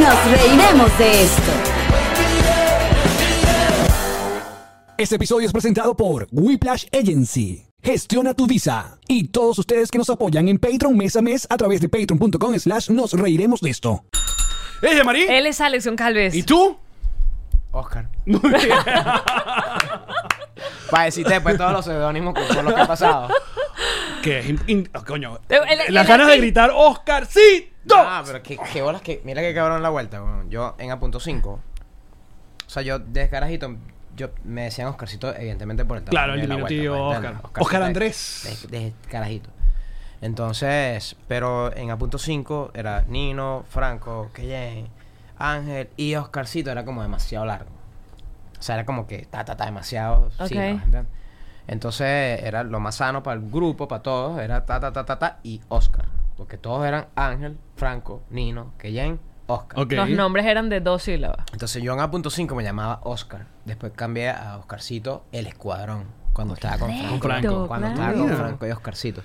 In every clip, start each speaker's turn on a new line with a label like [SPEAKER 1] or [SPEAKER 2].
[SPEAKER 1] Nos reiremos de esto.
[SPEAKER 2] Este episodio es presentado por Whiplash Agency. Gestiona tu visa. Y todos ustedes que nos apoyan en Patreon mes a mes a través de patreon.com slash nos reiremos de esto.
[SPEAKER 3] ¡Ella, Marí!
[SPEAKER 4] Él es Alexion Calves.
[SPEAKER 3] ¿Y tú?
[SPEAKER 5] Oscar. Para decirte después todos los seudónimos que- por los que ha pasado.
[SPEAKER 3] Que es... in- in- oh, coño.
[SPEAKER 4] El- el-
[SPEAKER 3] Las
[SPEAKER 4] el-
[SPEAKER 3] ganas de gritar ¡Oscarcito!
[SPEAKER 5] Ah, pero qué, qué bolas que. Mira que cabrón la vuelta, weón. Yo en A punto 5. O sea, yo descarajito. Yo me decían Oscarcito, evidentemente, por el tamaño
[SPEAKER 3] Claro, el
[SPEAKER 5] de la
[SPEAKER 3] diminutivo
[SPEAKER 5] vuelta, pues,
[SPEAKER 3] Oscar.
[SPEAKER 5] bueno,
[SPEAKER 3] Oscar Andrés.
[SPEAKER 5] de- de carajito. Entonces, pero en A punto 5 era Nino, Franco, Keyen, Ángel y Oscarcito era como demasiado largo. O sea, era como que ta, ta, ta, demasiado.
[SPEAKER 4] Ok.
[SPEAKER 5] sí, no, ¿entiendes? Entonces, era lo más sano para el grupo, para todos, era ta, ta, ta, ta, ta y Oscar. Porque todos eran Ángel, Franco, Nino, Keyen, Oscar.
[SPEAKER 3] Ok.
[SPEAKER 4] Los nombres eran de dos sílabas.
[SPEAKER 5] Entonces, yo en A.5 me llamaba Oscar. Después cambié a Oscarcito el Escuadrón. Cuando estaba con Franco.
[SPEAKER 3] Franco,
[SPEAKER 5] Cuando estaba con Franco y Oscarcito.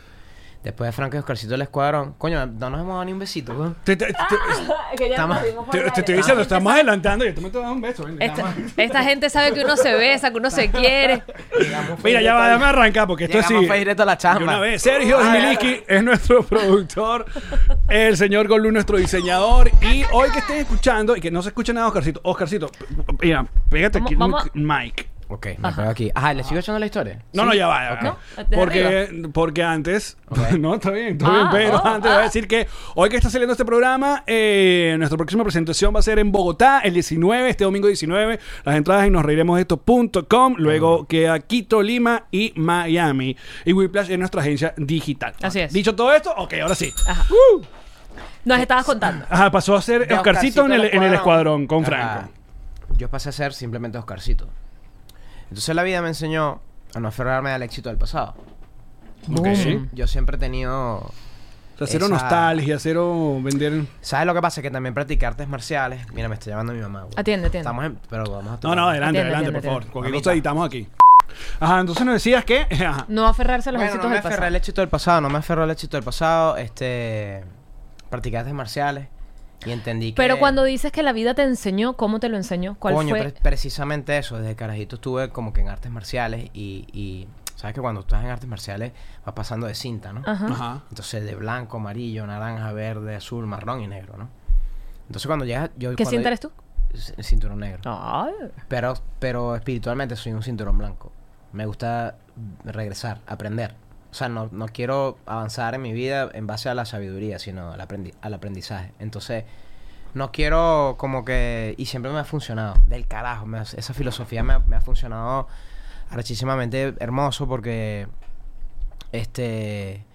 [SPEAKER 5] Después de Franco y Oscarcito el Escuadrón. Coño, no nos hemos dado ni un besito, weón.
[SPEAKER 3] Te, te- te-
[SPEAKER 4] Ah,
[SPEAKER 5] Estamos-
[SPEAKER 3] te- te estoy diciendo, estamos adelantando. Yo te meto un beso. venga, nada
[SPEAKER 4] Esta,
[SPEAKER 3] más.
[SPEAKER 4] esta gente sabe que uno se besa, que uno se quiere.
[SPEAKER 5] Llegamos
[SPEAKER 3] Mira, ya va, déjame arrancar porque esto
[SPEAKER 5] Llegamos
[SPEAKER 3] sí.
[SPEAKER 5] fue directo a la chamba.
[SPEAKER 3] De una vez, Sergio
[SPEAKER 4] Ah,
[SPEAKER 3] Miliski es nuestro productor, el señor Golú, nuestro diseñador. Y hoy que estén escuchando y que no se escuche nada, Oscarcito. Oscarcito, p- p- mira, pégate
[SPEAKER 4] Vamos-
[SPEAKER 3] aquí un
[SPEAKER 4] vamos-
[SPEAKER 3] mic.
[SPEAKER 5] Ok, me pego aquí. Ajá, ¿le sigo echando la historia?
[SPEAKER 3] No, no, ya va. ya va.
[SPEAKER 4] No, de
[SPEAKER 3] Porque, porque antes.
[SPEAKER 5] Ok.
[SPEAKER 3] No, está bien, está
[SPEAKER 4] Ah,
[SPEAKER 3] bien. Pero
[SPEAKER 4] oh,
[SPEAKER 3] antes voy a decir que hoy que está saliendo este programa, eh, nuestra próxima presentación va a ser en Bogotá el 19, este domingo 19. Las entradas en nosreiremosesto.com. Luego queda Quito, Lima y Miami. Y Whiplash es nuestra agencia digital.
[SPEAKER 4] Así es.
[SPEAKER 3] Dicho todo esto, ok, ahora sí.
[SPEAKER 4] Ajá.
[SPEAKER 5] Uh.
[SPEAKER 4] Nos estabas contando.
[SPEAKER 3] Ajá, pasó a ser
[SPEAKER 5] De
[SPEAKER 3] Oscarcito, en, el, en el escuadrón con
[SPEAKER 5] Ajá.
[SPEAKER 3] Franco.
[SPEAKER 5] Yo pasé a ser simplemente Oscarcito. Entonces la vida me enseñó a no aferrarme al éxito del pasado.
[SPEAKER 3] Ok.
[SPEAKER 5] Yo siempre he tenido...
[SPEAKER 3] O sea, cero
[SPEAKER 5] Esa-
[SPEAKER 3] nostalgia, cero vender.
[SPEAKER 5] ¿Sabes lo que pasa? Que también practicar artes marciales... Mira, me está llamando mi mamá. güey.
[SPEAKER 4] Atiende, atiende.
[SPEAKER 5] Estamos en... Pero vamos a
[SPEAKER 3] No, no, adelante, adelante,
[SPEAKER 4] Atiende, atiende,
[SPEAKER 3] por favor.
[SPEAKER 4] atiende.
[SPEAKER 3] Cualquier
[SPEAKER 5] Mamita.
[SPEAKER 3] cosa editamos aquí. Ajá, entonces nos decías que. Ajá.
[SPEAKER 4] No aferrarse a los
[SPEAKER 5] Bueno,
[SPEAKER 4] éxitos
[SPEAKER 5] no me
[SPEAKER 4] del
[SPEAKER 5] aferré
[SPEAKER 4] pasado.
[SPEAKER 5] al éxito del pasado, no me aferré al éxito del pasado, este practiqué artes marciales y entendí que
[SPEAKER 4] Pero cuando dices que la vida te enseñó, ¿cómo te lo enseñó? ¿Cuál
[SPEAKER 5] coño, este-
[SPEAKER 4] fue?
[SPEAKER 5] pre- precisamente eso, desde carajito estuve como que en artes marciales y, y sabes que cuando estás en artes marciales vas pasando de cinta, ¿no?
[SPEAKER 4] Ajá.
[SPEAKER 3] Ajá.
[SPEAKER 5] Entonces de blanco, amarillo, naranja, verde, azul, marrón y negro, ¿no? Entonces cuando llegas yo
[SPEAKER 4] ¿Qué
[SPEAKER 5] cuando
[SPEAKER 4] cinta
[SPEAKER 5] yo-
[SPEAKER 4] eres Ah. tú?
[SPEAKER 5] C- Cinturón negro.
[SPEAKER 4] Ay.
[SPEAKER 5] Pero pero espiritualmente soy un cinturón blanco. Me gusta regresar, aprender. O sea, no, no quiero avanzar en mi vida en base a la sabiduría, sino al, aprendi- al aprendizaje. Entonces, no quiero como que... Y siempre me ha funcionado. Del carajo. me ha- esa filosofía me ha, me ha funcionado arrechísimamente hermoso porque... Este...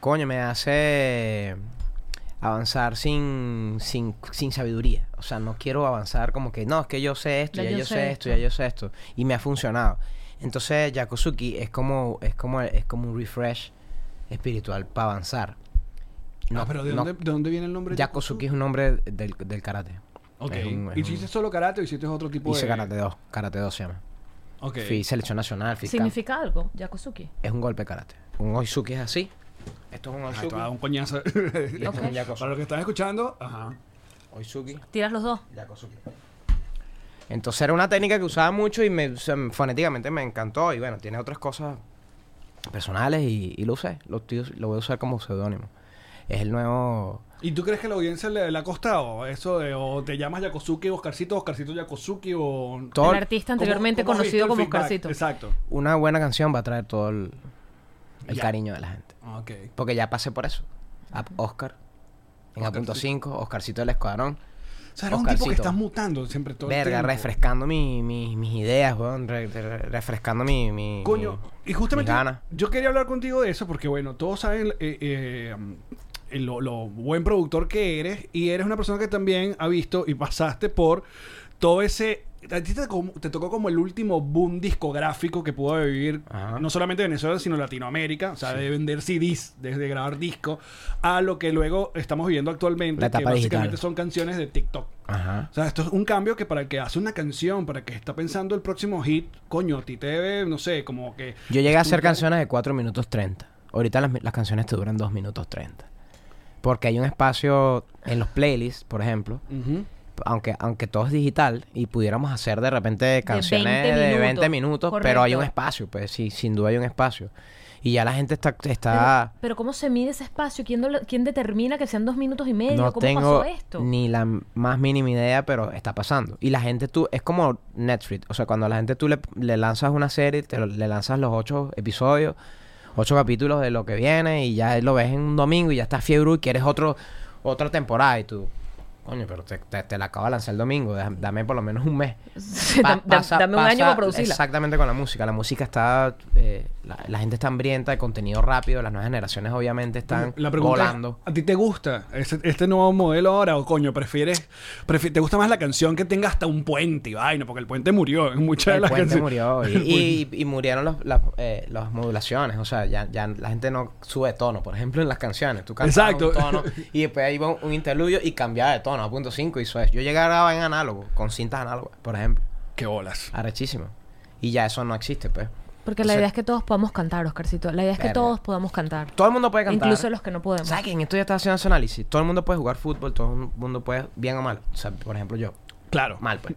[SPEAKER 5] Coño, me hace avanzar sin, sin, sin sabiduría. O sea, no quiero avanzar como que, no, es que yo sé esto, ya, yo, sé esto, ya yo sé esto. Y me ha funcionado. Entonces, Yakuzuki es como, es como, es como un refresh espiritual para avanzar.
[SPEAKER 3] Ah, pero ¿de,
[SPEAKER 5] no-
[SPEAKER 3] dónde, de dónde viene el nombre?
[SPEAKER 5] Yakuzuki es un nombre del, del karate.
[SPEAKER 3] Ok.
[SPEAKER 5] Es un- es
[SPEAKER 3] ¿Hiciste
[SPEAKER 5] un-
[SPEAKER 3] solo karate o hiciste otro tipo
[SPEAKER 5] Hice
[SPEAKER 3] de...?
[SPEAKER 5] karate 2, karate 2 se llama.
[SPEAKER 3] Ok.
[SPEAKER 5] Fui selección nacional, fui camp-
[SPEAKER 4] ¿Significa algo, Yakuzuki?
[SPEAKER 5] Es un golpe de karate. Un oizuki es así. Esto es un
[SPEAKER 3] Ah, te
[SPEAKER 5] oizuki.
[SPEAKER 3] voy a dar un coñazo.
[SPEAKER 5] y esto es un
[SPEAKER 3] Para
[SPEAKER 5] yakuzuki.
[SPEAKER 3] los que están escuchando, ajá.
[SPEAKER 5] Oizuki.
[SPEAKER 4] Tiras los dos.
[SPEAKER 5] Entonces era una técnica que usaba mucho y me, o sea, fonéticamente me encantó. Y bueno, tiene otras cosas personales y, y lo usé. Lo, estoy us- lo voy a usar como seudónimo. Es el nuevo.
[SPEAKER 3] ¿Y tú crees que la audiencia le, le ha costado eso de o te llamas Yakosuke, Oscarcito, Oscarcito Yakosuki o...
[SPEAKER 5] Todo-
[SPEAKER 4] El artista
[SPEAKER 3] ¿Cómo-
[SPEAKER 4] anteriormente
[SPEAKER 3] cómo has visto
[SPEAKER 4] conocido
[SPEAKER 3] el
[SPEAKER 4] como
[SPEAKER 3] feedback?
[SPEAKER 4] Oscarcito.
[SPEAKER 3] Exacto.
[SPEAKER 5] Una buena canción va a traer todo el, el
[SPEAKER 3] Ya.
[SPEAKER 5] cariño de la gente.
[SPEAKER 3] Ok.
[SPEAKER 5] Porque ya pasé por eso. A- Oscar, en A.5, Oscarcito del Escuadrón.
[SPEAKER 3] O sea, eres un tipo que
[SPEAKER 5] Oscarcito.
[SPEAKER 3] estás mutando siempre todo el
[SPEAKER 5] Verga,
[SPEAKER 3] tiempo.
[SPEAKER 5] refrescando mi- mi- mis ideas, weón. re- re- refrescando mi. mi
[SPEAKER 3] Coño,
[SPEAKER 5] mi-
[SPEAKER 3] y justamente
[SPEAKER 5] mis ganas.
[SPEAKER 3] yo quería hablar contigo de eso porque, bueno, todos saben eh, eh, eh, lo, lo buen productor que eres y eres una persona que también ha visto y pasaste por todo ese... A ti te, com- te tocó como el último boom discográfico que pudo vivir,
[SPEAKER 5] Ajá.
[SPEAKER 3] no solamente Venezuela, sino Latinoamérica, o sea, de vender CDs, desde grabar discos, a lo que luego estamos viviendo actualmente,
[SPEAKER 5] La
[SPEAKER 3] que
[SPEAKER 5] etapa digital.
[SPEAKER 3] básicamente son canciones de TikTok.
[SPEAKER 5] Ajá.
[SPEAKER 3] O sea, esto es un cambio que para el que hace una canción, para el que está pensando el próximo hit, coño, a ti te debe, no sé, como que...
[SPEAKER 5] Yo llegué a hacer canciones de 4 minutos 30. Ahorita las, las canciones te duran 2 minutos 30. Porque hay un espacio en los playlists, por ejemplo.
[SPEAKER 3] Ujú.
[SPEAKER 5] Aunque, aunque todo es digital y pudiéramos hacer de repente canciones de
[SPEAKER 4] 20
[SPEAKER 5] 20 minutos,
[SPEAKER 4] minutos,
[SPEAKER 5] pero hay un
[SPEAKER 4] correcto.
[SPEAKER 5] espacio, pues sí, sin duda hay un espacio. Y ya la gente está... está
[SPEAKER 4] Pero, pero ¿cómo se mide ese espacio? ¿Quién, dolo- quién determina que sean dos minutos y medio?
[SPEAKER 5] no
[SPEAKER 4] ¿Cómo
[SPEAKER 5] tengo
[SPEAKER 4] pasó esto?
[SPEAKER 5] ni la m- más mínima idea, pero está pasando. Y la gente tú, es como Netflix. O sea, cuando a la gente tú le, le lanzas una serie, te lo- le lanzas los ocho episodios, ocho capítulos de lo que viene, y ya lo ves en un domingo y ya estás fiebre y quieres otro, otra temporada. Y tú, coño, pero te, te- te la acabo de lanzar el domingo, deja- dame por lo menos un mes.
[SPEAKER 4] Sí,
[SPEAKER 5] Pa-
[SPEAKER 4] dam- dam-
[SPEAKER 5] pasa-
[SPEAKER 4] dame un año
[SPEAKER 5] pasa
[SPEAKER 4] para producirla.
[SPEAKER 5] Exactamente con la música. La música está. eh, la, la gente está hambrienta de contenido rápido. Las nuevas generaciones, obviamente, están
[SPEAKER 3] La pregunta es,
[SPEAKER 5] volando.
[SPEAKER 3] ¿a ti te gusta este, este nuevo modelo ahora o coño, prefieres, prefi- te gusta más la canción que tenga hasta un puente y vaina? Porque el puente murió en muchas de
[SPEAKER 5] El
[SPEAKER 3] las
[SPEAKER 5] puente
[SPEAKER 3] canciones.
[SPEAKER 5] murió y,
[SPEAKER 3] El
[SPEAKER 5] y- y murieron los- las, eh, las modulaciones. O sea, ya, ya la gente no sube de tono. Por ejemplo, en las canciones. Tú cantas
[SPEAKER 3] Exacto.
[SPEAKER 5] un tono y después iba un, un interludio y cambiaba de tono a punto 5 y eso es. Yo llegué a grabar en análogo, con cintas análogas, por ejemplo.
[SPEAKER 3] Qué bolas.
[SPEAKER 5] Arrechísimo. Y ya eso no existe, pues.
[SPEAKER 4] Porque
[SPEAKER 5] O sea,
[SPEAKER 4] la idea es que todos podamos cantar, Oscarcito. La idea es que
[SPEAKER 5] Verga.
[SPEAKER 4] todos podamos cantar.
[SPEAKER 5] Todo el mundo puede cantar.
[SPEAKER 4] Incluso los que no podemos.
[SPEAKER 5] ¿Sabes quién? Esto ya está haciendo ese análisis. Todo el mundo puede jugar fútbol, todo el mundo puede, bien o mal. O sea, por ejemplo, yo.
[SPEAKER 3] Claro.
[SPEAKER 5] Mal, pues.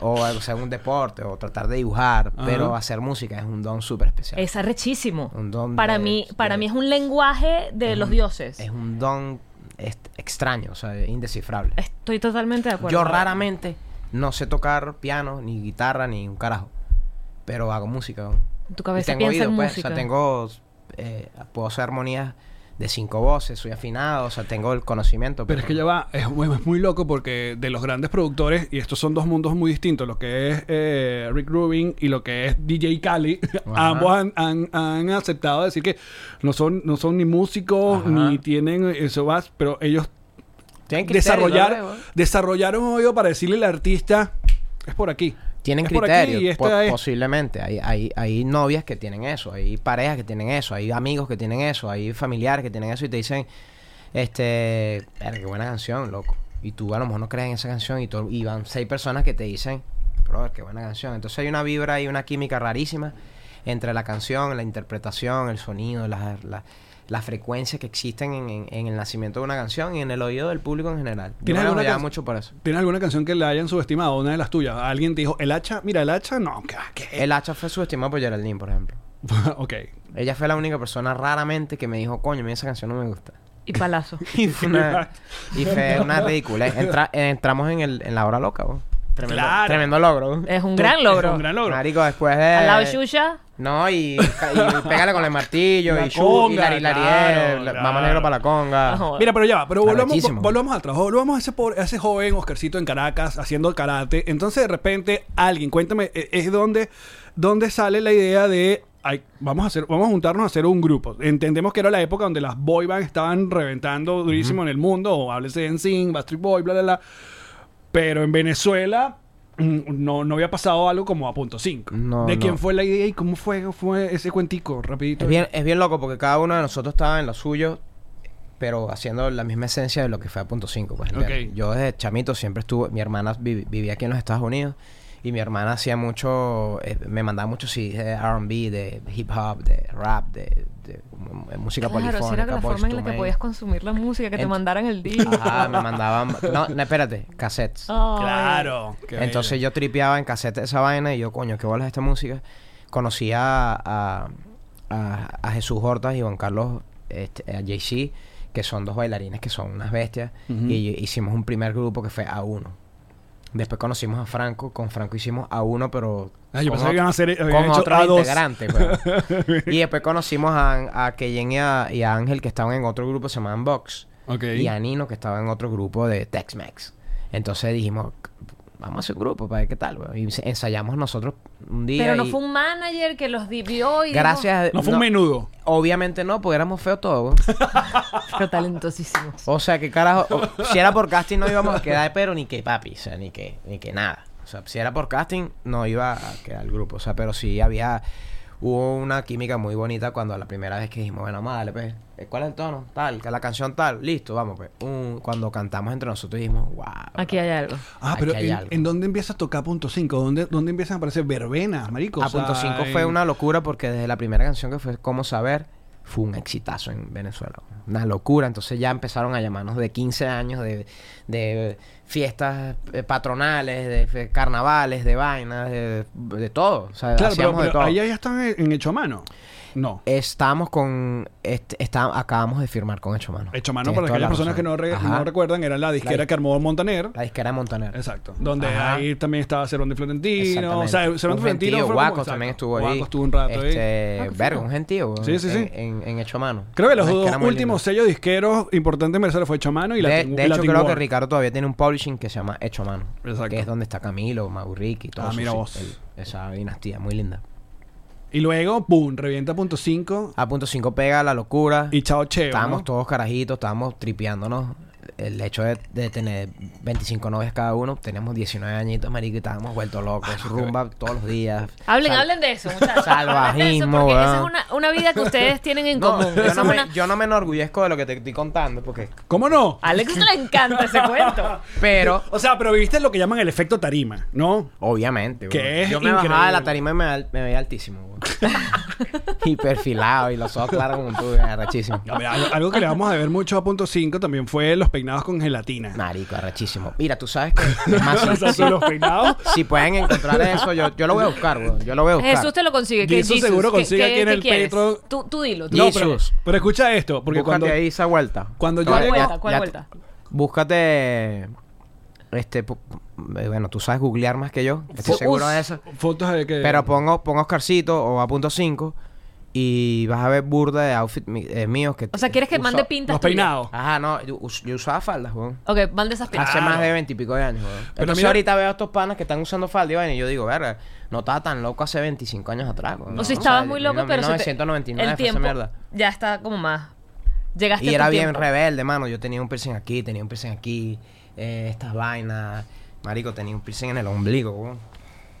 [SPEAKER 5] o hacer un deporte, o tratar de dibujar,
[SPEAKER 3] Ajá.
[SPEAKER 5] pero hacer música es un don súper especial.
[SPEAKER 4] Es arrechísimo.
[SPEAKER 5] Un don
[SPEAKER 4] Para
[SPEAKER 5] de-
[SPEAKER 4] mí, para
[SPEAKER 5] de-
[SPEAKER 4] mí es un lenguaje de los dioses.
[SPEAKER 5] Es un don est- extraño, o sea, indescifrable.
[SPEAKER 4] Estoy totalmente de acuerdo.
[SPEAKER 5] Yo raramente no sé tocar piano, ni guitarra, ni un carajo. Pero hago música. weón.
[SPEAKER 4] En tu
[SPEAKER 5] Y
[SPEAKER 4] cabeza
[SPEAKER 5] tengo
[SPEAKER 4] piensa
[SPEAKER 5] oído,
[SPEAKER 4] en
[SPEAKER 5] pues.
[SPEAKER 4] música.
[SPEAKER 5] O sea, tengo. eh, puedo hacer armonías de cinco voces, soy afinado, o sea, tengo el conocimiento.
[SPEAKER 3] Pero es que ya va, es, es muy loco porque de los grandes productores, y estos son dos mundos muy distintos, lo que es eh, Rick Rubin y lo que es DJ Cali,
[SPEAKER 5] Ajá.
[SPEAKER 3] ambos han, han- han aceptado decir que no son, no son ni músicos,
[SPEAKER 5] Ajá.
[SPEAKER 3] ni tienen eso más, pero ellos
[SPEAKER 5] Tienen criterio,
[SPEAKER 3] desarrollar,
[SPEAKER 5] ¿no?
[SPEAKER 3] desarrollaron un oído para decirle al artista, es por aquí.
[SPEAKER 5] Tienen
[SPEAKER 3] es por aquí
[SPEAKER 5] criterio,
[SPEAKER 3] y
[SPEAKER 5] po-
[SPEAKER 3] esta es-
[SPEAKER 5] posiblemente. Hay, hay, hay novias que tienen eso, hay parejas que tienen eso, hay amigos que tienen eso, hay familiares que tienen eso y te dicen, este, "Verga, qué buena canción, loco. Y tú a lo mejor no crees en esa canción y, todo- y van seis personas que te dicen, brother, qué buena canción. Entonces hay una vibra y una química rarísima entre la canción, la interpretación, el sonido, las la, las frecuencias que existen en, en- en el nacimiento de una canción y en el oído del público en general. Yo
[SPEAKER 3] ¿Tienes
[SPEAKER 5] me
[SPEAKER 3] alguna
[SPEAKER 5] enrollaba
[SPEAKER 3] can-
[SPEAKER 5] mucho por eso.
[SPEAKER 3] ¿Tienes alguna canción que la hayan subestimado? Una de las tuyas. Alguien te dijo, el hacha, mira, el hacha, no, que va, que-
[SPEAKER 5] El hacha fue subestimado por Geraldine, por ejemplo.
[SPEAKER 3] ok.
[SPEAKER 5] Ella fue la única persona raramente que me dijo, coño, mira, esa canción no me gusta.
[SPEAKER 4] Y palazo.
[SPEAKER 5] Y fue una, y fue una ridícula. Entra- entramos en, el, en la hora loca, vos. Tremendo,
[SPEAKER 3] Claro.
[SPEAKER 5] tremendo logro.
[SPEAKER 4] es un gran logro.
[SPEAKER 3] Es un gran logro.
[SPEAKER 5] Marico, después de...
[SPEAKER 4] Al lado de Xuxa,
[SPEAKER 5] No, y, y pégale con el martillo,
[SPEAKER 3] La
[SPEAKER 5] y shu, y
[SPEAKER 3] conga,
[SPEAKER 5] lari, lari,
[SPEAKER 3] claro,
[SPEAKER 5] eh, la-
[SPEAKER 3] claro.
[SPEAKER 5] Mamá negro para la conga.
[SPEAKER 4] Ajá.
[SPEAKER 3] Mira, pero ya va, pero volvamos,
[SPEAKER 5] Arrechísimo.
[SPEAKER 3] volvamos atrás, volvamos a ese, pobre- a ese joven Oscarcito en Caracas haciendo karate. Entonces, de repente, alguien, cuéntame, eh, es donde, donde sale la idea de ay, vamos a hacer, vamos a juntarnos a hacer un grupo. Entendemos que era la época donde las boy bands estaban reventando durísimo en el mundo, o háblese de NSYNC, Backstreet Boy, bla, bla, bla. Pero en Venezuela mm, no, no había pasado algo como a punto 5.
[SPEAKER 5] No,
[SPEAKER 3] ¿De
[SPEAKER 5] no.
[SPEAKER 3] quién fue la idea y cómo fue, fue ese cuentico? Rapidito.
[SPEAKER 5] Es bien, es bien loco porque cada uno de nosotros estaba en lo suyo, pero haciendo la misma esencia de lo que fue a punto 5. Pues, ¿entiendes?
[SPEAKER 3] Ok.
[SPEAKER 5] Yo desde chamito siempre estuve, mi hermana vi- vivía aquí en los Estados Unidos y mi hermana hacía mucho, eh, me mandaba mucho CDs de RB, de hip hop, de rap, de, de mu- mu- música
[SPEAKER 4] claro, si
[SPEAKER 5] polifónica.
[SPEAKER 4] era la
[SPEAKER 5] Boyz
[SPEAKER 4] forma en
[SPEAKER 5] II
[SPEAKER 4] la que
[SPEAKER 5] Men.
[SPEAKER 4] podías consumir la música, que te
[SPEAKER 5] Ent-
[SPEAKER 4] mandaran el disco.
[SPEAKER 5] Ajá, me mandaban. No, no, espérate, cassettes.
[SPEAKER 4] Ay.
[SPEAKER 3] Claro. qué bello.
[SPEAKER 5] Entonces yo tripeaba en cassette esa vaina y yo, coño, qué bolas esta música. Conocí a, a, a- a Jesús Hortas y Juan Carlos, este, a Jay-Z, que son dos bailarines que son unas bestias. Y hicimos un primer grupo que fue A1. Después conocimos a Franco, con Franco hicimos A1, pero.
[SPEAKER 3] Ah, yo
[SPEAKER 5] con
[SPEAKER 3] pensaba que
[SPEAKER 5] ot-
[SPEAKER 3] iban a hacer- habían
[SPEAKER 5] con
[SPEAKER 3] hecho
[SPEAKER 5] otros
[SPEAKER 3] A2.
[SPEAKER 5] integrantes, weón. y después conocimos a, a Keyen y a, y a Ángel, que estaban en otro grupo, se llamaban Vox
[SPEAKER 3] Ok.
[SPEAKER 5] y a Nino que estaba en otro grupo de Tex-Mex. Entonces dijimos, vamos a hacer un grupo para ver qué tal, weón. Y se- ensayamos nosotros un día.
[SPEAKER 4] Pero no
[SPEAKER 5] y
[SPEAKER 4] fue un manager que los dividió y. dijo,
[SPEAKER 5] Gracias.
[SPEAKER 3] No fue un menudo.
[SPEAKER 5] Obviamente no, porque éramos feos todos, weón.
[SPEAKER 4] Pero talentosísimos.
[SPEAKER 5] O sea, que carajo. o- si era por casting, no íbamos a quedar, pero ni que papi, o sea, ni que, ni que nada. O sea, si era por casting, no iba a quedar el grupo. O sea, pero sí había. Hubo una química muy bonita cuando la primera vez que dijimos, bueno, vamos a darle, pues, eh, ¿cuál es el tono? Tal, que la canción tal, listo, vamos, pues. Un- cuando cantamos entre nosotros dijimos, wow.
[SPEAKER 4] Aquí hay algo.
[SPEAKER 3] Ah,
[SPEAKER 5] Aquí
[SPEAKER 3] pero
[SPEAKER 5] hay
[SPEAKER 3] ¿en,
[SPEAKER 5] algo.
[SPEAKER 3] en dónde empiezas a tocar punto 5? ¿Dónde, ¿Dónde empiezan a aparecer verbenas, marico?
[SPEAKER 5] A
[SPEAKER 3] O sea,
[SPEAKER 5] Ah, punto 5 fue
[SPEAKER 3] en-
[SPEAKER 5] una locura porque desde la primera canción que fue Cómo Saber fue un exitazo en Venezuela. Una locura. Entonces ya empezaron a llamarnos de 15 años de, de fiestas eh, patronales, de fe- carnavales, de vainas, de, de todo. O
[SPEAKER 3] Claro,
[SPEAKER 5] sea,
[SPEAKER 3] pero,
[SPEAKER 5] hacíamos de
[SPEAKER 3] pero
[SPEAKER 5] todo.
[SPEAKER 3] ahí ya están en en hecho a mano. No.
[SPEAKER 5] Estábamos con. este- está- acabamos de firmar con Hecho Mano.
[SPEAKER 3] Hecho a mano,
[SPEAKER 5] Tienes
[SPEAKER 3] para
[SPEAKER 5] toda la
[SPEAKER 3] aquellas personas que
[SPEAKER 5] razón.
[SPEAKER 3] no, re-
[SPEAKER 5] Ajá.
[SPEAKER 3] no recuerdan, era la disquera
[SPEAKER 5] La-
[SPEAKER 3] que armó Montaner.
[SPEAKER 5] La disquera de Montaner.
[SPEAKER 3] Exacto. Donde
[SPEAKER 5] Ajá.
[SPEAKER 3] ahí también estaba Cerón de Florentino. O
[SPEAKER 5] Exactamente.
[SPEAKER 3] sea, Cerón de
[SPEAKER 5] Un
[SPEAKER 3] Florentino. fue
[SPEAKER 5] gentío,
[SPEAKER 3] como-
[SPEAKER 5] Guacos
[SPEAKER 3] exacto.
[SPEAKER 5] también estuvo ahí.
[SPEAKER 3] Guacos estuvo un rato ahí.
[SPEAKER 5] este,
[SPEAKER 4] Ah,
[SPEAKER 5] Verga, un gentío.
[SPEAKER 3] Sí, sí, sí.
[SPEAKER 5] En, en- en Hecho Mano.
[SPEAKER 3] Creo que los
[SPEAKER 5] Una
[SPEAKER 3] dos
[SPEAKER 5] disquera muy linda.
[SPEAKER 3] últimos sellos disqueros importantes en Venezuela fue Hecho a mano y la
[SPEAKER 5] de, de hecho, creo que Ricardo todavía tiene un publishing que se llama Hecho a Mano.
[SPEAKER 3] Exacto.
[SPEAKER 5] Que es donde está Camilo, Mauric y todo
[SPEAKER 3] Ah,
[SPEAKER 5] eso,
[SPEAKER 3] mira
[SPEAKER 5] sí,
[SPEAKER 3] vos.
[SPEAKER 5] el- esa dinastía muy linda.
[SPEAKER 3] Y luego, pum, revienta punto 5
[SPEAKER 5] A punto 5 pega la locura.
[SPEAKER 3] y chao cheo.
[SPEAKER 5] Ah. estábamos
[SPEAKER 3] ¿no?
[SPEAKER 5] todos carajitos, estábamos tripeándonos. El hecho de, de tener 25 novias cada uno, teníamos 19 añitos, marico, y estábamos vueltos locos.
[SPEAKER 3] Ah,
[SPEAKER 5] rumba todos los días.
[SPEAKER 4] Hablen,
[SPEAKER 5] Sal-
[SPEAKER 4] hablen de eso, muchachos.
[SPEAKER 5] Salvajismo,
[SPEAKER 4] Hablen de eso, porque esa es
[SPEAKER 5] weón.
[SPEAKER 4] una, una vida que ustedes tienen en
[SPEAKER 5] No,
[SPEAKER 4] común.
[SPEAKER 5] yo,
[SPEAKER 4] Eso
[SPEAKER 5] no
[SPEAKER 4] es
[SPEAKER 5] me,
[SPEAKER 4] una-
[SPEAKER 5] yo no me enorgullezco de lo que te estoy contando, porque.
[SPEAKER 3] ¿Cómo no?
[SPEAKER 4] A Alex le encanta ese
[SPEAKER 5] Ah.
[SPEAKER 4] cuento.
[SPEAKER 5] Pero.
[SPEAKER 3] O sea, pero viviste lo que llaman el efecto tarima, ¿no?
[SPEAKER 5] Obviamente,
[SPEAKER 3] Que
[SPEAKER 5] weón.
[SPEAKER 3] es
[SPEAKER 5] Yo me bajaba de la
[SPEAKER 3] increíble.
[SPEAKER 5] tarima y me, al- me veía altísimo, weón. y perfilado y los ojos claros como tú, arrachísimo.
[SPEAKER 3] A ver, algo, algo que le vamos a ver mucho a punto 5 también fue los peinados con gelatina.
[SPEAKER 5] Marico, arrachísimo. Mira, tú sabes que... es más,
[SPEAKER 3] O
[SPEAKER 5] si,
[SPEAKER 3] sea,
[SPEAKER 5] si-
[SPEAKER 3] los peinados.
[SPEAKER 5] si pueden encontrar eso, yo, yo lo voy a buscar, weón. Yo lo voy a buscar.
[SPEAKER 4] Jesús te lo consigue. que
[SPEAKER 3] Jesús seguro
[SPEAKER 4] ¿qué-
[SPEAKER 3] consigue
[SPEAKER 4] qué-
[SPEAKER 3] aquí en
[SPEAKER 4] qué
[SPEAKER 3] el
[SPEAKER 4] quieres?
[SPEAKER 3] Patreon.
[SPEAKER 4] Tú, tú dilo. tú
[SPEAKER 3] No,
[SPEAKER 4] dilo.
[SPEAKER 3] pero,
[SPEAKER 5] Jesus.
[SPEAKER 3] pero escucha esto, porque
[SPEAKER 5] Búscate
[SPEAKER 3] cuando,
[SPEAKER 5] ahí esa vuelta.
[SPEAKER 3] cuando yo
[SPEAKER 4] ¿Cuál
[SPEAKER 3] llego-
[SPEAKER 4] vuelta? ¿Cuál
[SPEAKER 5] ya-
[SPEAKER 4] vuelta?
[SPEAKER 5] Búscate... Este... pu- eh, Bueno, tú sabes googlear más que yo. Estoy
[SPEAKER 3] Fo-
[SPEAKER 5] seguro de
[SPEAKER 3] us-
[SPEAKER 5] eso.
[SPEAKER 3] Fotos de que.
[SPEAKER 5] Pero pongo, pongo Oscarcito o a punto 5 y vas a ver burda de outfit mi- eh, míos que...
[SPEAKER 4] O sea, ¿quieres que
[SPEAKER 5] uso-
[SPEAKER 4] mande pintas?
[SPEAKER 3] los
[SPEAKER 4] tuyas?
[SPEAKER 3] peinados.
[SPEAKER 5] Ajá, no, yo, us- yo usaba faldas, weón.
[SPEAKER 4] Ok, mande esas pintas.
[SPEAKER 5] Hace más de veintipico de años, weón.
[SPEAKER 3] Pero
[SPEAKER 5] Entonces
[SPEAKER 3] mira-
[SPEAKER 5] ahorita veo a estos panas que están usando falda y vaina, y yo digo, verga, no estaba tan loco hace 25 años atrás, weón.
[SPEAKER 4] O si estabas
[SPEAKER 5] sea,
[SPEAKER 4] muy
[SPEAKER 5] yo-
[SPEAKER 4] loco,
[SPEAKER 5] no,
[SPEAKER 4] pero se te-
[SPEAKER 5] 1999
[SPEAKER 4] el
[SPEAKER 5] fue esa
[SPEAKER 4] tiempo
[SPEAKER 5] mierda.
[SPEAKER 4] ya está como más. Llegaste
[SPEAKER 5] Y
[SPEAKER 4] a
[SPEAKER 5] era
[SPEAKER 4] tu
[SPEAKER 5] bien
[SPEAKER 4] tiempo.
[SPEAKER 5] rebelde, mano. Yo tenía un piercing aquí, tenía un piercing aquí, eh, estas vainas. Marico, tenía un piercing en el ombligo, weón.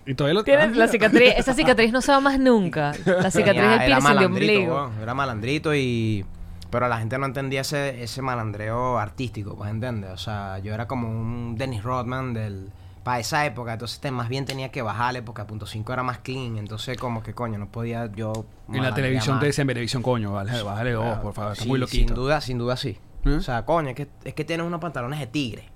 [SPEAKER 3] Y todavía lo
[SPEAKER 4] Tienes
[SPEAKER 3] Ah,
[SPEAKER 4] la
[SPEAKER 3] mira.
[SPEAKER 4] cicatriz, esa cicatriz no se va más nunca. La cicatriz
[SPEAKER 5] Tenía-
[SPEAKER 4] del piercing de
[SPEAKER 5] malandrito,
[SPEAKER 4] ombligo.
[SPEAKER 5] weón, Era malandrito y... Pero la gente no entendía ese, ese malandreo artístico, pues, ¿entiendes? O sea, yo era como un Dennis Rodman del... Para esa época, entonces te- más bien tenía que bajarle porque a punto 5 era más clean, entonces como que coño, no podía yo...
[SPEAKER 3] En la televisión te dicen televisión, coño, vale, bájale vos, por favor, está muy
[SPEAKER 5] Sin
[SPEAKER 3] loquito. ¿Eh?
[SPEAKER 5] duda, sin duda sí. O sea, coño, es que, es que tienes unos pantalones de tigre.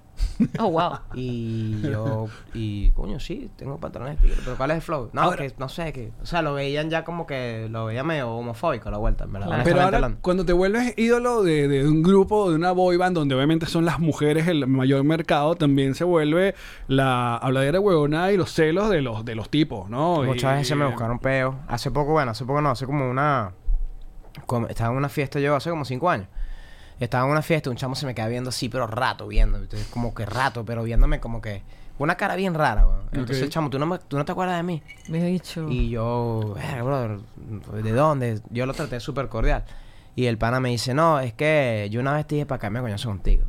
[SPEAKER 4] Oh, wow.
[SPEAKER 5] Y yo, y coño, sí, tengo pantalones de tigre, pero ¿cuál es el flow? No,
[SPEAKER 3] Ahora-
[SPEAKER 5] que no sé, que, o sea, lo veían ya como que, lo veía medio homofóbico la vuelta, en verdad.
[SPEAKER 4] Claro.
[SPEAKER 3] Pero
[SPEAKER 5] honestamente
[SPEAKER 3] ahora,
[SPEAKER 5] hablando.
[SPEAKER 3] cuando te vuelves ídolo de, de un grupo, de una boy band, donde obviamente son las mujeres el mayor mercado, también se vuelve la habladera huevonada y los celos de los, de los tipos, ¿no?
[SPEAKER 5] Muchas
[SPEAKER 3] Y-
[SPEAKER 5] veces me buscaron peos. Hace poco, bueno, hace poco no, hace como una. como- estaba en una fiesta yo hace como cinco años. Estaba en una fiesta, un chamo se me queda viendo así, pero rato viendo. Entonces, como que rato, pero viéndome como que. Una cara bien rara, weón. Entonces,
[SPEAKER 3] Ok.
[SPEAKER 5] chamo, ¿tú no, me- tú no te acuerdas de mí.
[SPEAKER 4] Me he dicho.
[SPEAKER 5] Y yo, "Verga, brother, pues, ¿de dónde? Yo lo traté súper cordial. Y el pana me dice, no, es que yo una vez te dije para acá, me coñazo contigo.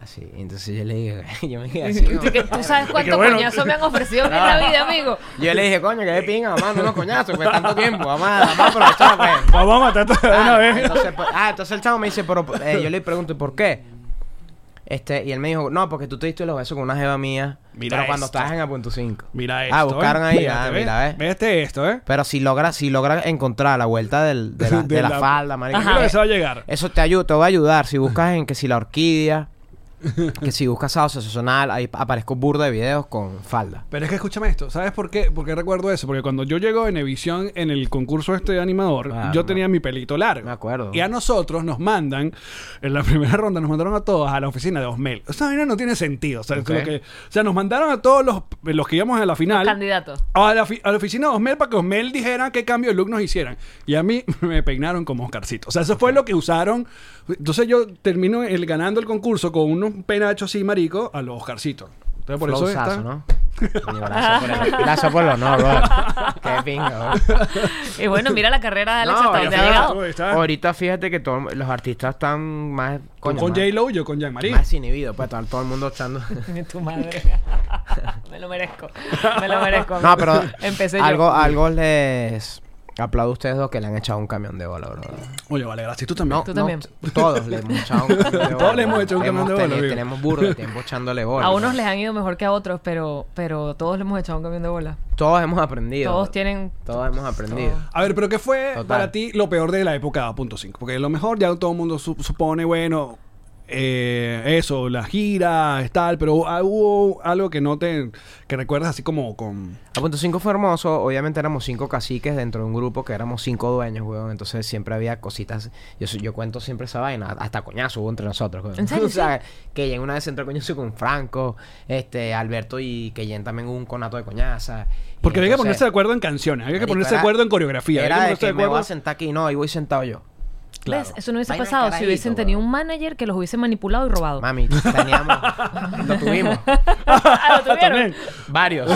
[SPEAKER 5] Así, entonces yo le dije, yo me quedé así. como-
[SPEAKER 4] Así que tú sabes cuánto
[SPEAKER 3] bueno.
[SPEAKER 4] coñazo me han ofrecido en la vida, amigo.
[SPEAKER 5] yo le dije, coño, que de pinga, mamá, no nos coñazos, pues tanto tiempo, mamá, mamá, aprovechar, pues.
[SPEAKER 3] Vamos a matar toda de
[SPEAKER 5] Ah,
[SPEAKER 3] una vez.
[SPEAKER 5] Entonces, pues, ah, entonces el chavo me dice, pero eh, yo le pregunto, ¿y por qué? Este, y él me dijo, no, porque tú te diste los besos con una jeva mía,
[SPEAKER 3] Mira
[SPEAKER 5] pero cuando
[SPEAKER 3] esto.
[SPEAKER 5] estabas en a punto 5.
[SPEAKER 3] Mira esto.
[SPEAKER 5] Ah, buscaron ahí,
[SPEAKER 3] Fíjate,
[SPEAKER 5] ah,
[SPEAKER 3] ¿ves?
[SPEAKER 5] mira, eh.
[SPEAKER 3] Vete esto, ¿eh?
[SPEAKER 5] Pero si logra, si logra encontrar la vuelta del- de, la,
[SPEAKER 3] De
[SPEAKER 5] de la
[SPEAKER 3] la-
[SPEAKER 5] falda, marico.
[SPEAKER 3] Yo creo que se va a llegar.
[SPEAKER 5] Eso te ayuda, te va a ayudar. Si buscas en que si la orquídea, que si buscas salsa sazonal, ahí aparezco burda de videos con falda.
[SPEAKER 3] Pero es que escúchame esto, ¿sabes por qué? Porque recuerdo eso, porque cuando yo llego en Evisión en el concurso este de animador,
[SPEAKER 5] Ah,
[SPEAKER 3] yo
[SPEAKER 5] me-
[SPEAKER 3] tenía mi pelito largo.
[SPEAKER 5] me acuerdo.
[SPEAKER 3] Y a nosotros nos mandan, en la primera ronda nos mandaron a todos a la oficina de Osmel. O sea, vaina no tiene sentido. O sea,
[SPEAKER 5] Ok.
[SPEAKER 3] lo que- o sea, nos mandaron a todos los, los que íbamos a la final.
[SPEAKER 4] Candidato.
[SPEAKER 3] a la, fi- a la oficina de Osmel para que Osmel dijera qué cambio de look nos hicieran. Y a mí me peinaron como Oscarcito. O sea, eso fue lo que usaron. Entonces yo termino el, ganando el concurso con unos un penacho así, marico, a los Oscarcitos. Entonces, por eso
[SPEAKER 5] Flowzazo,
[SPEAKER 3] está.
[SPEAKER 5] ¿no? Coño, Gracias por el- gracias por el honor, bro. Qué pingo.
[SPEAKER 4] Y bueno, mira la carrera de Alex
[SPEAKER 5] No,
[SPEAKER 4] hasta
[SPEAKER 5] pero
[SPEAKER 4] dónde ha
[SPEAKER 5] fíjate-
[SPEAKER 4] llegado.
[SPEAKER 3] Está-
[SPEAKER 5] Ahorita fíjate que todos los artistas están más.
[SPEAKER 3] Con,
[SPEAKER 5] coño,
[SPEAKER 3] con
[SPEAKER 5] más-
[SPEAKER 3] J-Lo y yo con Jean-Marie.
[SPEAKER 5] Más inhibidos, pues todo, todo el mundo echando.
[SPEAKER 4] Tu madre. Me lo merezco. Me lo merezco.
[SPEAKER 5] No, pero.
[SPEAKER 4] Empecé yo.
[SPEAKER 5] algo, algo les. Aplaudo a ustedes dos que le han echado un camión de bola, bro.
[SPEAKER 3] Oye, vale, gracias. Tú también.
[SPEAKER 5] No,
[SPEAKER 4] Tú
[SPEAKER 5] no,
[SPEAKER 4] también.
[SPEAKER 5] t- todos le hemos echado un camión de bola.
[SPEAKER 3] Todos le hemos echado un camión de bola,
[SPEAKER 5] tenido-
[SPEAKER 3] amigo.
[SPEAKER 5] Tenemos burro de tiempo echándole bola.
[SPEAKER 4] A unos
[SPEAKER 5] bro.
[SPEAKER 4] les han ido mejor que a otros, pero, pero todos le hemos echado un camión de bola.
[SPEAKER 5] Todos hemos aprendido.
[SPEAKER 4] Todos tienen.
[SPEAKER 5] Todos hemos aprendido.
[SPEAKER 3] A ver, pero ¿qué fue
[SPEAKER 5] Total.
[SPEAKER 3] para ti lo peor de la época 2.5? Porque lo mejor ya todo el mundo su- supone, bueno, eh, eso, las giras, tal, pero ah, hubo algo que no te. que recuerdas así como con.
[SPEAKER 5] A punto 5 fue hermoso. Obviamente éramos cinco caciques dentro de un grupo que éramos cinco dueños, weón. Entonces siempre había cositas. Yo, soy- yo cuento siempre esa vaina. Hasta coñazo hubo entre nosotros, weón.
[SPEAKER 4] ¿En serio?
[SPEAKER 5] O sea, que ya una vez se entró coñazo con Franco, este, Alberto y que ya también hubo un conato de coñaza. Y
[SPEAKER 3] Porque había que
[SPEAKER 5] entonces-
[SPEAKER 3] ponerse de acuerdo en canciones, había que
[SPEAKER 5] Marico,
[SPEAKER 3] ponerse de
[SPEAKER 5] era-
[SPEAKER 3] acuerdo en coreografía, había
[SPEAKER 5] Era de
[SPEAKER 3] ponerse
[SPEAKER 5] que me voy a
[SPEAKER 3] acuerdo-
[SPEAKER 5] sentar aquí. No, y voy sentado yo.
[SPEAKER 3] Claro.
[SPEAKER 4] ¿Ves? Eso no hubiese
[SPEAKER 5] Vaina de
[SPEAKER 4] pasado si
[SPEAKER 5] carajito,
[SPEAKER 4] hubiesen tenido
[SPEAKER 5] weón.
[SPEAKER 4] un manager que los hubiese manipulado y robado.
[SPEAKER 5] Mami, teníamos. lo tuvimos.
[SPEAKER 4] Ah, ¿lo tuvieron?
[SPEAKER 3] También.
[SPEAKER 5] Varios.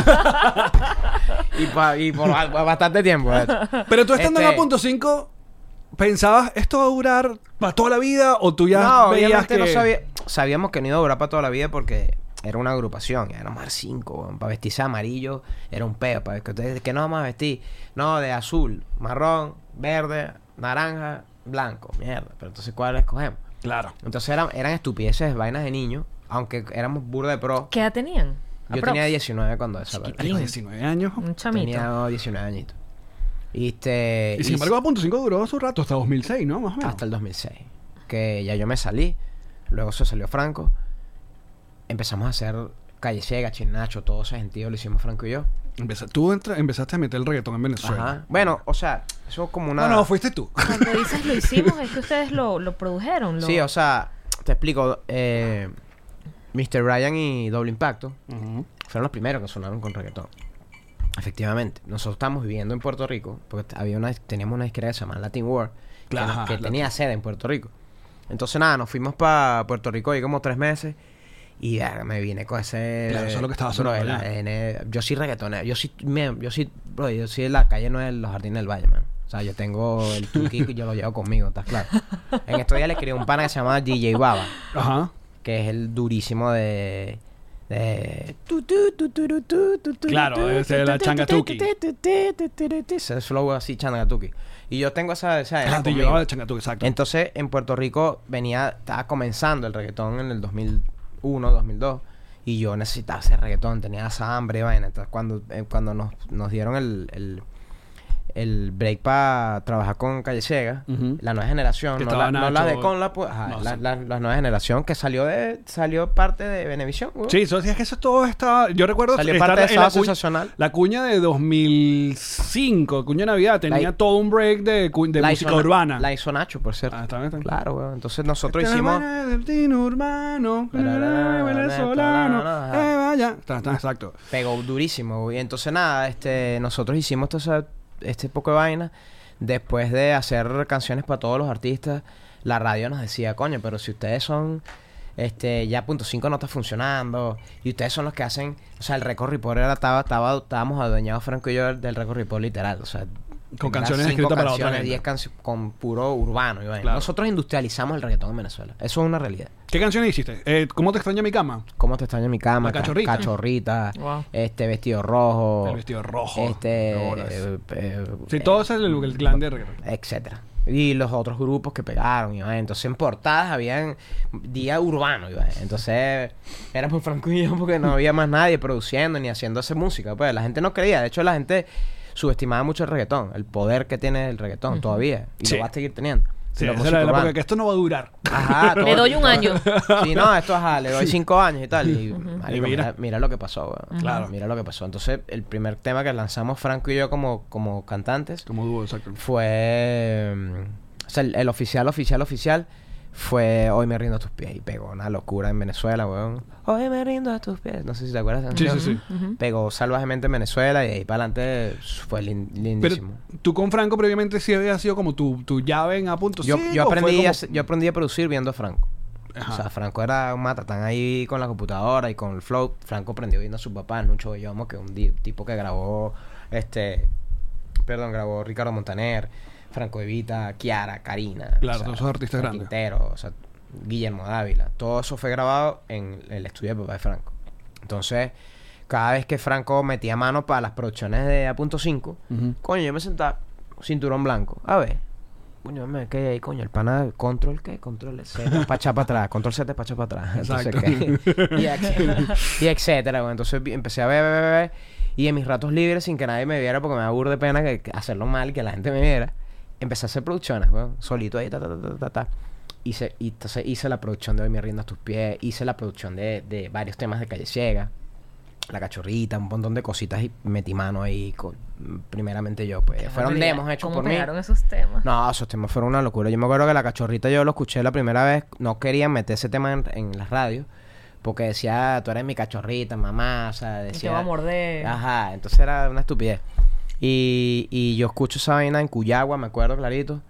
[SPEAKER 5] y, pa- y por ba- bastante tiempo, de hecho.
[SPEAKER 3] Pero tú estando
[SPEAKER 5] Este-
[SPEAKER 3] en la 5, ¿pensabas esto va a durar para toda la vida o tú ya
[SPEAKER 5] no,
[SPEAKER 3] veías
[SPEAKER 5] obviamente
[SPEAKER 3] que
[SPEAKER 5] no sabía- sabíamos que no iba a durar para toda la vida porque era una agrupación, éramos cinco, weón. para vestirse de amarillo era un peo, para que ustedes, ¿qué nos vamos a vestir? No, de azul, marrón, verde, naranja, blanco, mierda, pero entonces ¿cuál escogemos?
[SPEAKER 3] Claro.
[SPEAKER 5] Entonces eran, eran estupideces, vainas de niño, aunque éramos burda de pro.
[SPEAKER 4] ¿Qué edad tenían?
[SPEAKER 5] Yo
[SPEAKER 4] Aprox.
[SPEAKER 5] tenía 19 cuando esa
[SPEAKER 3] A los 19 años.
[SPEAKER 4] Un chamito.
[SPEAKER 5] Tenía 19 añitos. Y este,
[SPEAKER 3] Y sin
[SPEAKER 5] y-
[SPEAKER 3] embargo, a punto 5 duró su rato, hasta 2006, ¿no? Más o menos.
[SPEAKER 5] hasta el 2006. Que ya yo me salí, luego se salió Franco. Empezamos a hacer Calle Ciega, Chinacho, todo ese sentido lo hicimos Franco y yo.
[SPEAKER 3] Empeza- tú entra- empezaste a meter el reggaetón en Venezuela.
[SPEAKER 5] Ajá. Bueno, o sea, eso es como una.
[SPEAKER 3] No, no, fuiste tú.
[SPEAKER 4] Cuando dices lo hicimos, es que ustedes lo, lo produjeron. Lo...
[SPEAKER 5] Sí, o sea, te explico. Eh, Mr. Ryan y Doble Impacto fueron los primeros que sonaron con reggaetón. Efectivamente, nosotros estábamos viviendo en Puerto Rico, porque t- había una, teníamos una disquera que se llamaba Latin World, que,
[SPEAKER 3] Claro,
[SPEAKER 5] nos-
[SPEAKER 3] ajá,
[SPEAKER 5] que
[SPEAKER 3] Latin.
[SPEAKER 5] tenía sede en Puerto Rico. Entonces, nada, nos fuimos para Puerto Rico ahí como tres meses y verga, me vine con ese.
[SPEAKER 3] Claro, eso es lo que estaba
[SPEAKER 5] bro,
[SPEAKER 3] sonando
[SPEAKER 5] el
[SPEAKER 3] allá.
[SPEAKER 5] ADN. yo soy reggaetonero, yo sí, yo sí, bro, yo soy de la calle, no de los jardines del Valle, man. O sea, yo tengo el truquito y yo lo llevo conmigo, ¿estás claro? En estos días le escribí a un pana que se llama DJ Baba
[SPEAKER 3] Ajá.
[SPEAKER 5] que es el durísimo de. de
[SPEAKER 3] Claro, es la changatuki.
[SPEAKER 5] ese flow así, Changatuki. Y yo tengo esa. esa
[SPEAKER 3] Ah,
[SPEAKER 5] era
[SPEAKER 3] te
[SPEAKER 5] conmigo.
[SPEAKER 3] llevaba de changatuki, exacto.
[SPEAKER 5] Eh, Entonces, en Puerto Rico venía, estaba comenzando el reggaetón en el 2001, 2002. Y yo necesitaba ese reggaetón, tenía esa hambre, vaina. Entonces, cuando, eh, cuando nos, nos dieron el, el, el break para trabajar con Calle Ciega,
[SPEAKER 3] Ujú.
[SPEAKER 5] la nueva generación,
[SPEAKER 3] Que
[SPEAKER 5] no
[SPEAKER 3] estaba
[SPEAKER 5] la, no la
[SPEAKER 3] Nacho,
[SPEAKER 5] de Conla, pues, ajá,
[SPEAKER 3] no,
[SPEAKER 5] la,
[SPEAKER 3] sí.
[SPEAKER 5] la- la nueva generación que salió de salió parte de Benevisión. güey.
[SPEAKER 3] Sí, eso, es que eso todo estaba. Yo recuerdo
[SPEAKER 5] Salió
[SPEAKER 3] estar
[SPEAKER 5] parte de
[SPEAKER 3] en la
[SPEAKER 5] Sábado
[SPEAKER 3] cuña-
[SPEAKER 5] Sensacional.
[SPEAKER 3] La cuña de 2005, cuña de Navidad, tenía
[SPEAKER 5] La-
[SPEAKER 3] todo un break de, cu- de
[SPEAKER 5] La
[SPEAKER 3] música
[SPEAKER 5] hizo Na-
[SPEAKER 3] urbana.
[SPEAKER 5] La hizo Nacho, por cierto.
[SPEAKER 3] Ah, está bien, está bien.
[SPEAKER 5] Claro, Este güey. Entonces nosotros hicimos...
[SPEAKER 3] Destino urbano, eh, venezolano, eh, vaya. Está, está, exacto.
[SPEAKER 5] Pegó durísimo, güey. Entonces, nada, este, nosotros hicimos todo esa- este poco de vaina. Después de hacer canciones para todos los artistas, la radio nos decía, coño, pero si ustedes son. Este, ya punto cinco no está funcionando. Y ustedes son los que hacen. O sea, el Record Report era, estaba, estaba- estábamos adueñados Franco y yo del Record Report literal. O sea,
[SPEAKER 3] Con
[SPEAKER 5] era
[SPEAKER 3] canciones
[SPEAKER 5] cinco
[SPEAKER 3] escritas para otra
[SPEAKER 5] canciones,
[SPEAKER 3] gente.
[SPEAKER 5] diez canciones con puro urbano. y vaina.
[SPEAKER 3] Claro.
[SPEAKER 5] Nosotros industrializamos el reggaetón en Venezuela. Eso es una realidad.
[SPEAKER 3] ¿Qué canciones hiciste? Eh, ¿Cómo te extraña mi cama?
[SPEAKER 5] ¿Cómo te extraño en mi cama?
[SPEAKER 3] La
[SPEAKER 5] Ca-
[SPEAKER 3] cachorrita.
[SPEAKER 5] cachorrita,
[SPEAKER 4] Wow.
[SPEAKER 5] este vestido rojo.
[SPEAKER 3] El vestido rojo.
[SPEAKER 5] Este.
[SPEAKER 3] de bolas.
[SPEAKER 5] eh, eh,
[SPEAKER 3] Sí,
[SPEAKER 5] eh,
[SPEAKER 3] todo eso es el, el clan de reggaetón.
[SPEAKER 5] Etcétera. Y los otros grupos que pegaron, y vaina. Entonces en portadas habían día urbano, y vaina. Entonces éramos Franco y yo porque no había más nadie produciendo ni haciéndose música. Pues la gente no creía. De hecho, la gente subestimaba mucho el reggaetón, el poder que tiene el reggaetón todavía. Y
[SPEAKER 3] Sí.
[SPEAKER 5] lo va a seguir teniendo.
[SPEAKER 3] Sí,
[SPEAKER 5] Y la
[SPEAKER 3] esa
[SPEAKER 5] música
[SPEAKER 3] era la
[SPEAKER 5] urbana.
[SPEAKER 3] época que esto no va a durar.
[SPEAKER 5] Ajá,
[SPEAKER 4] Le doy un año.
[SPEAKER 5] Sí, no, esto ajá, le doy cinco años y tal. Y, marico,
[SPEAKER 3] Y mira.
[SPEAKER 5] mira. mira lo que pasó, weón.
[SPEAKER 3] Claro.
[SPEAKER 5] Mira lo que pasó. Entonces, el primer tema que lanzamos Franco y yo como, como cantantes
[SPEAKER 3] Como dúo, exacto.
[SPEAKER 5] fue. mm, O sea, el, el oficial, oficial, oficial fue Hoy me rindo a tus pies. Y pegó una locura en Venezuela, weón. Hoy me rindo a tus pies. No sé si te acuerdas. de esa
[SPEAKER 3] Sí, sí,
[SPEAKER 5] canción.
[SPEAKER 3] sí.
[SPEAKER 5] Pegó salvajemente en Venezuela y de ahí para adelante fue lin- lindísimo.
[SPEAKER 3] Pero tú con Franco previamente sí había sido como tu, tu llave en A.5.
[SPEAKER 5] yo, yo, aprendí a, hacer- yo aprendí a producir viendo a Franco.
[SPEAKER 3] Ajá.
[SPEAKER 5] O sea, Franco era un matatán ahí con la computadora y con el flow. Franco aprendió viendo a su papá, en un show de Yomo, que un di- tipo que grabó, este, perdón, grabó Ricardo Montaner, Franco Evita, Kiara, Karina.
[SPEAKER 3] Claro, todos esos artistas
[SPEAKER 5] Frank
[SPEAKER 3] grandes.
[SPEAKER 5] Quintero, o sea, Guillermo Dávila. Todo eso fue grabado en el estudio de papá de Franco. Entonces, cada vez que Franco metía mano para las producciones de A.5,
[SPEAKER 3] Ujú.
[SPEAKER 5] coño, yo me sentaba, cinturón blanco, a ver. Coño, me quedé ahí, coño, el pana, control qué, control Z, para echar para atrás, control Z, para echar para atrás. Entonces, ¿qué? y, ex- y etcétera, güey. Entonces vi- empecé a ver, ver, ver, ver, y en mis ratos libres, sin que nadie me viera, porque me da burda de pena que, que hacerlo mal, y que la gente me viera, empecé a hacer producciones, güey, solito ahí, ta, ta, ta, ta, ta, ta. Hice, y entonces hice la producción de Hoy me rindo a tus pies, hice la producción de, de varios temas de Calle Ciega. La cachorrita, un montón de cositas y metí mano ahí, con- primeramente yo, pues. Fueron
[SPEAKER 4] Barbaridad.
[SPEAKER 5] demos hechos
[SPEAKER 4] ¿Cómo
[SPEAKER 5] por mí.
[SPEAKER 4] pegaron esos temas?
[SPEAKER 5] No, esos temas fueron una locura. Yo me acuerdo que la cachorrita yo lo escuché la primera vez. No querían meter ese tema en, en las radios. Porque decía, tú eres mi cachorrita, mamá. O sea,
[SPEAKER 4] Y
[SPEAKER 5] decía.
[SPEAKER 4] te va a morder.
[SPEAKER 5] Ajá, entonces era una estupidez. Y, y yo escucho esa vaina en Cuyagua, me acuerdo clarito.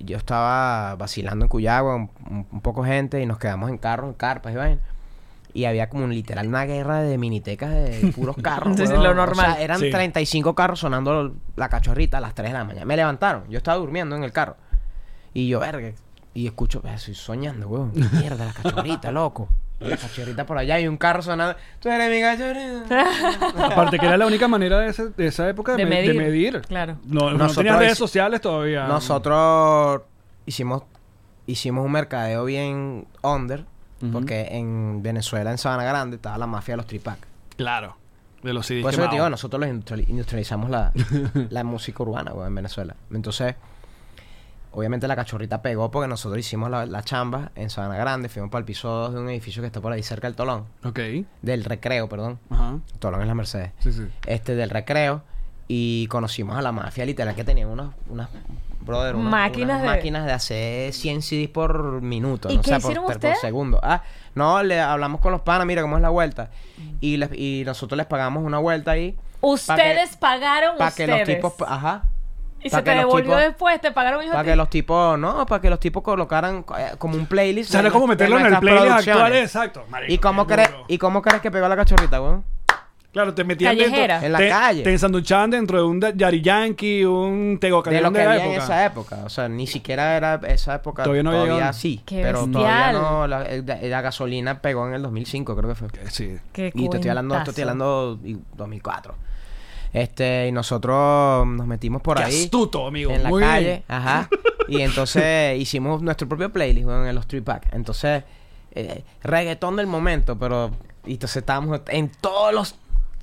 [SPEAKER 5] Yo estaba vacilando en Cuyagua, un, un- un poco gente, y nos quedamos en carros, en carpas y vaina. Y había como un, literal una guerra de minitecas de puros carros.
[SPEAKER 4] Sí, sí,
[SPEAKER 5] weón.
[SPEAKER 4] lo
[SPEAKER 5] O
[SPEAKER 4] normal.
[SPEAKER 5] sea, eran
[SPEAKER 3] Sí.
[SPEAKER 5] 35 carros sonando la cachorrita a las 3 de la mañana. Me levantaron, yo estaba durmiendo en el carro. Y yo, verga. Y escucho, "Verga, estoy soñando, weón. Mierda, la cachorrita, loco. La cachorrita por allá y un carro sonando. Tú eres mi cachorrita.
[SPEAKER 3] Aparte que era la única manera de, ese- de esa época de,
[SPEAKER 4] De
[SPEAKER 3] me- de
[SPEAKER 4] medir.
[SPEAKER 3] medir.
[SPEAKER 4] Claro.
[SPEAKER 3] No, no
[SPEAKER 5] Nosotros
[SPEAKER 3] tenías redes
[SPEAKER 5] hici-
[SPEAKER 3] sociales todavía.
[SPEAKER 5] Nosotros hicimos, hicimos un mercadeo bien under.
[SPEAKER 3] Ujú.
[SPEAKER 5] Porque en Venezuela, en Sabana Grande, estaba la mafia de los tripac.
[SPEAKER 3] Claro. De los CDs
[SPEAKER 5] Por eso que te digo,
[SPEAKER 3] quemados.
[SPEAKER 5] nosotros los industriali- industrializamos la, la música urbana, weón, en Venezuela. Entonces, obviamente la cachorrita pegó porque nosotros hicimos la, la chamba en Sabana Grande, fuimos para el piso 2 de un edificio que está por ahí cerca del Tolón,
[SPEAKER 3] Ok.
[SPEAKER 5] del recreo, perdón.
[SPEAKER 3] Ajá.
[SPEAKER 5] Tolón es la Mercedes.
[SPEAKER 3] Sí, sí.
[SPEAKER 5] Este, del recreo. Y conocimos a la mafia literal que tenían unas, unas brother, unas,
[SPEAKER 4] Máquinas
[SPEAKER 5] unas
[SPEAKER 4] de-
[SPEAKER 5] máquinas de hacer 100 CDs por minuto.
[SPEAKER 4] ¿Y
[SPEAKER 5] ¿no?
[SPEAKER 4] qué
[SPEAKER 5] o sea,
[SPEAKER 4] hicieron
[SPEAKER 5] por,
[SPEAKER 4] ustedes?
[SPEAKER 5] por segundo. Ah, no, le hablamos con los panas, mira cómo es la vuelta. Y, les- y nosotros les pagamos una vuelta ahí.
[SPEAKER 4] Ustedes pagaron
[SPEAKER 5] Para que
[SPEAKER 4] ustedes.
[SPEAKER 5] los tipos, ajá.
[SPEAKER 4] y
[SPEAKER 5] pa'
[SPEAKER 4] se
[SPEAKER 5] que
[SPEAKER 4] te
[SPEAKER 5] los
[SPEAKER 4] devolvió
[SPEAKER 5] tipos-
[SPEAKER 4] después, te pagaron ellos a
[SPEAKER 5] Para
[SPEAKER 4] ti.
[SPEAKER 5] que los tipos, no, para que los tipos colocaran eh, como un playlist.
[SPEAKER 3] O sea,
[SPEAKER 5] de
[SPEAKER 3] era como
[SPEAKER 5] nue- de
[SPEAKER 3] meterlo en el
[SPEAKER 5] nuestras
[SPEAKER 3] playlist
[SPEAKER 5] producciones.
[SPEAKER 3] actual, exacto. Marico,
[SPEAKER 5] ¿Y cómo,
[SPEAKER 3] qué
[SPEAKER 5] crees,
[SPEAKER 3] duro.
[SPEAKER 5] ¿Y cómo crees que pegó la cachorrita, weón?
[SPEAKER 3] Claro, te metían
[SPEAKER 4] Callejera.
[SPEAKER 3] dentro-
[SPEAKER 5] En la
[SPEAKER 3] te-
[SPEAKER 5] calle.
[SPEAKER 3] Te ensanduchaban dentro de un da- Yari Yankee, un Tego
[SPEAKER 5] de lo
[SPEAKER 3] Calderón
[SPEAKER 5] que
[SPEAKER 3] de la
[SPEAKER 5] había
[SPEAKER 3] época.
[SPEAKER 5] en esa época. O sea, ni siquiera era esa época.
[SPEAKER 3] Todavía
[SPEAKER 5] Todavía
[SPEAKER 3] no
[SPEAKER 5] no
[SPEAKER 3] había
[SPEAKER 5] Todavía
[SPEAKER 3] llegado.
[SPEAKER 5] sí.
[SPEAKER 4] Qué
[SPEAKER 5] pero
[SPEAKER 4] bestial.
[SPEAKER 5] todavía no. La, eh, la gasolina pegó en el 2005, creo que fue.
[SPEAKER 3] Eh, Sí.
[SPEAKER 4] Qué
[SPEAKER 5] Y te estoy hablando, te estoy
[SPEAKER 4] cuentazo.
[SPEAKER 5] hablando y 2004. Este, y nosotros nos metimos por
[SPEAKER 3] Qué
[SPEAKER 5] ahí.
[SPEAKER 3] astuto, amigo.
[SPEAKER 5] En la
[SPEAKER 3] Muy
[SPEAKER 5] calle,
[SPEAKER 3] bien.
[SPEAKER 5] ajá. Y entonces hicimos nuestro propio playlist, weón, en los three pack. Entonces, eh, reggaetón del momento, pero. Y entonces estábamos en todos los.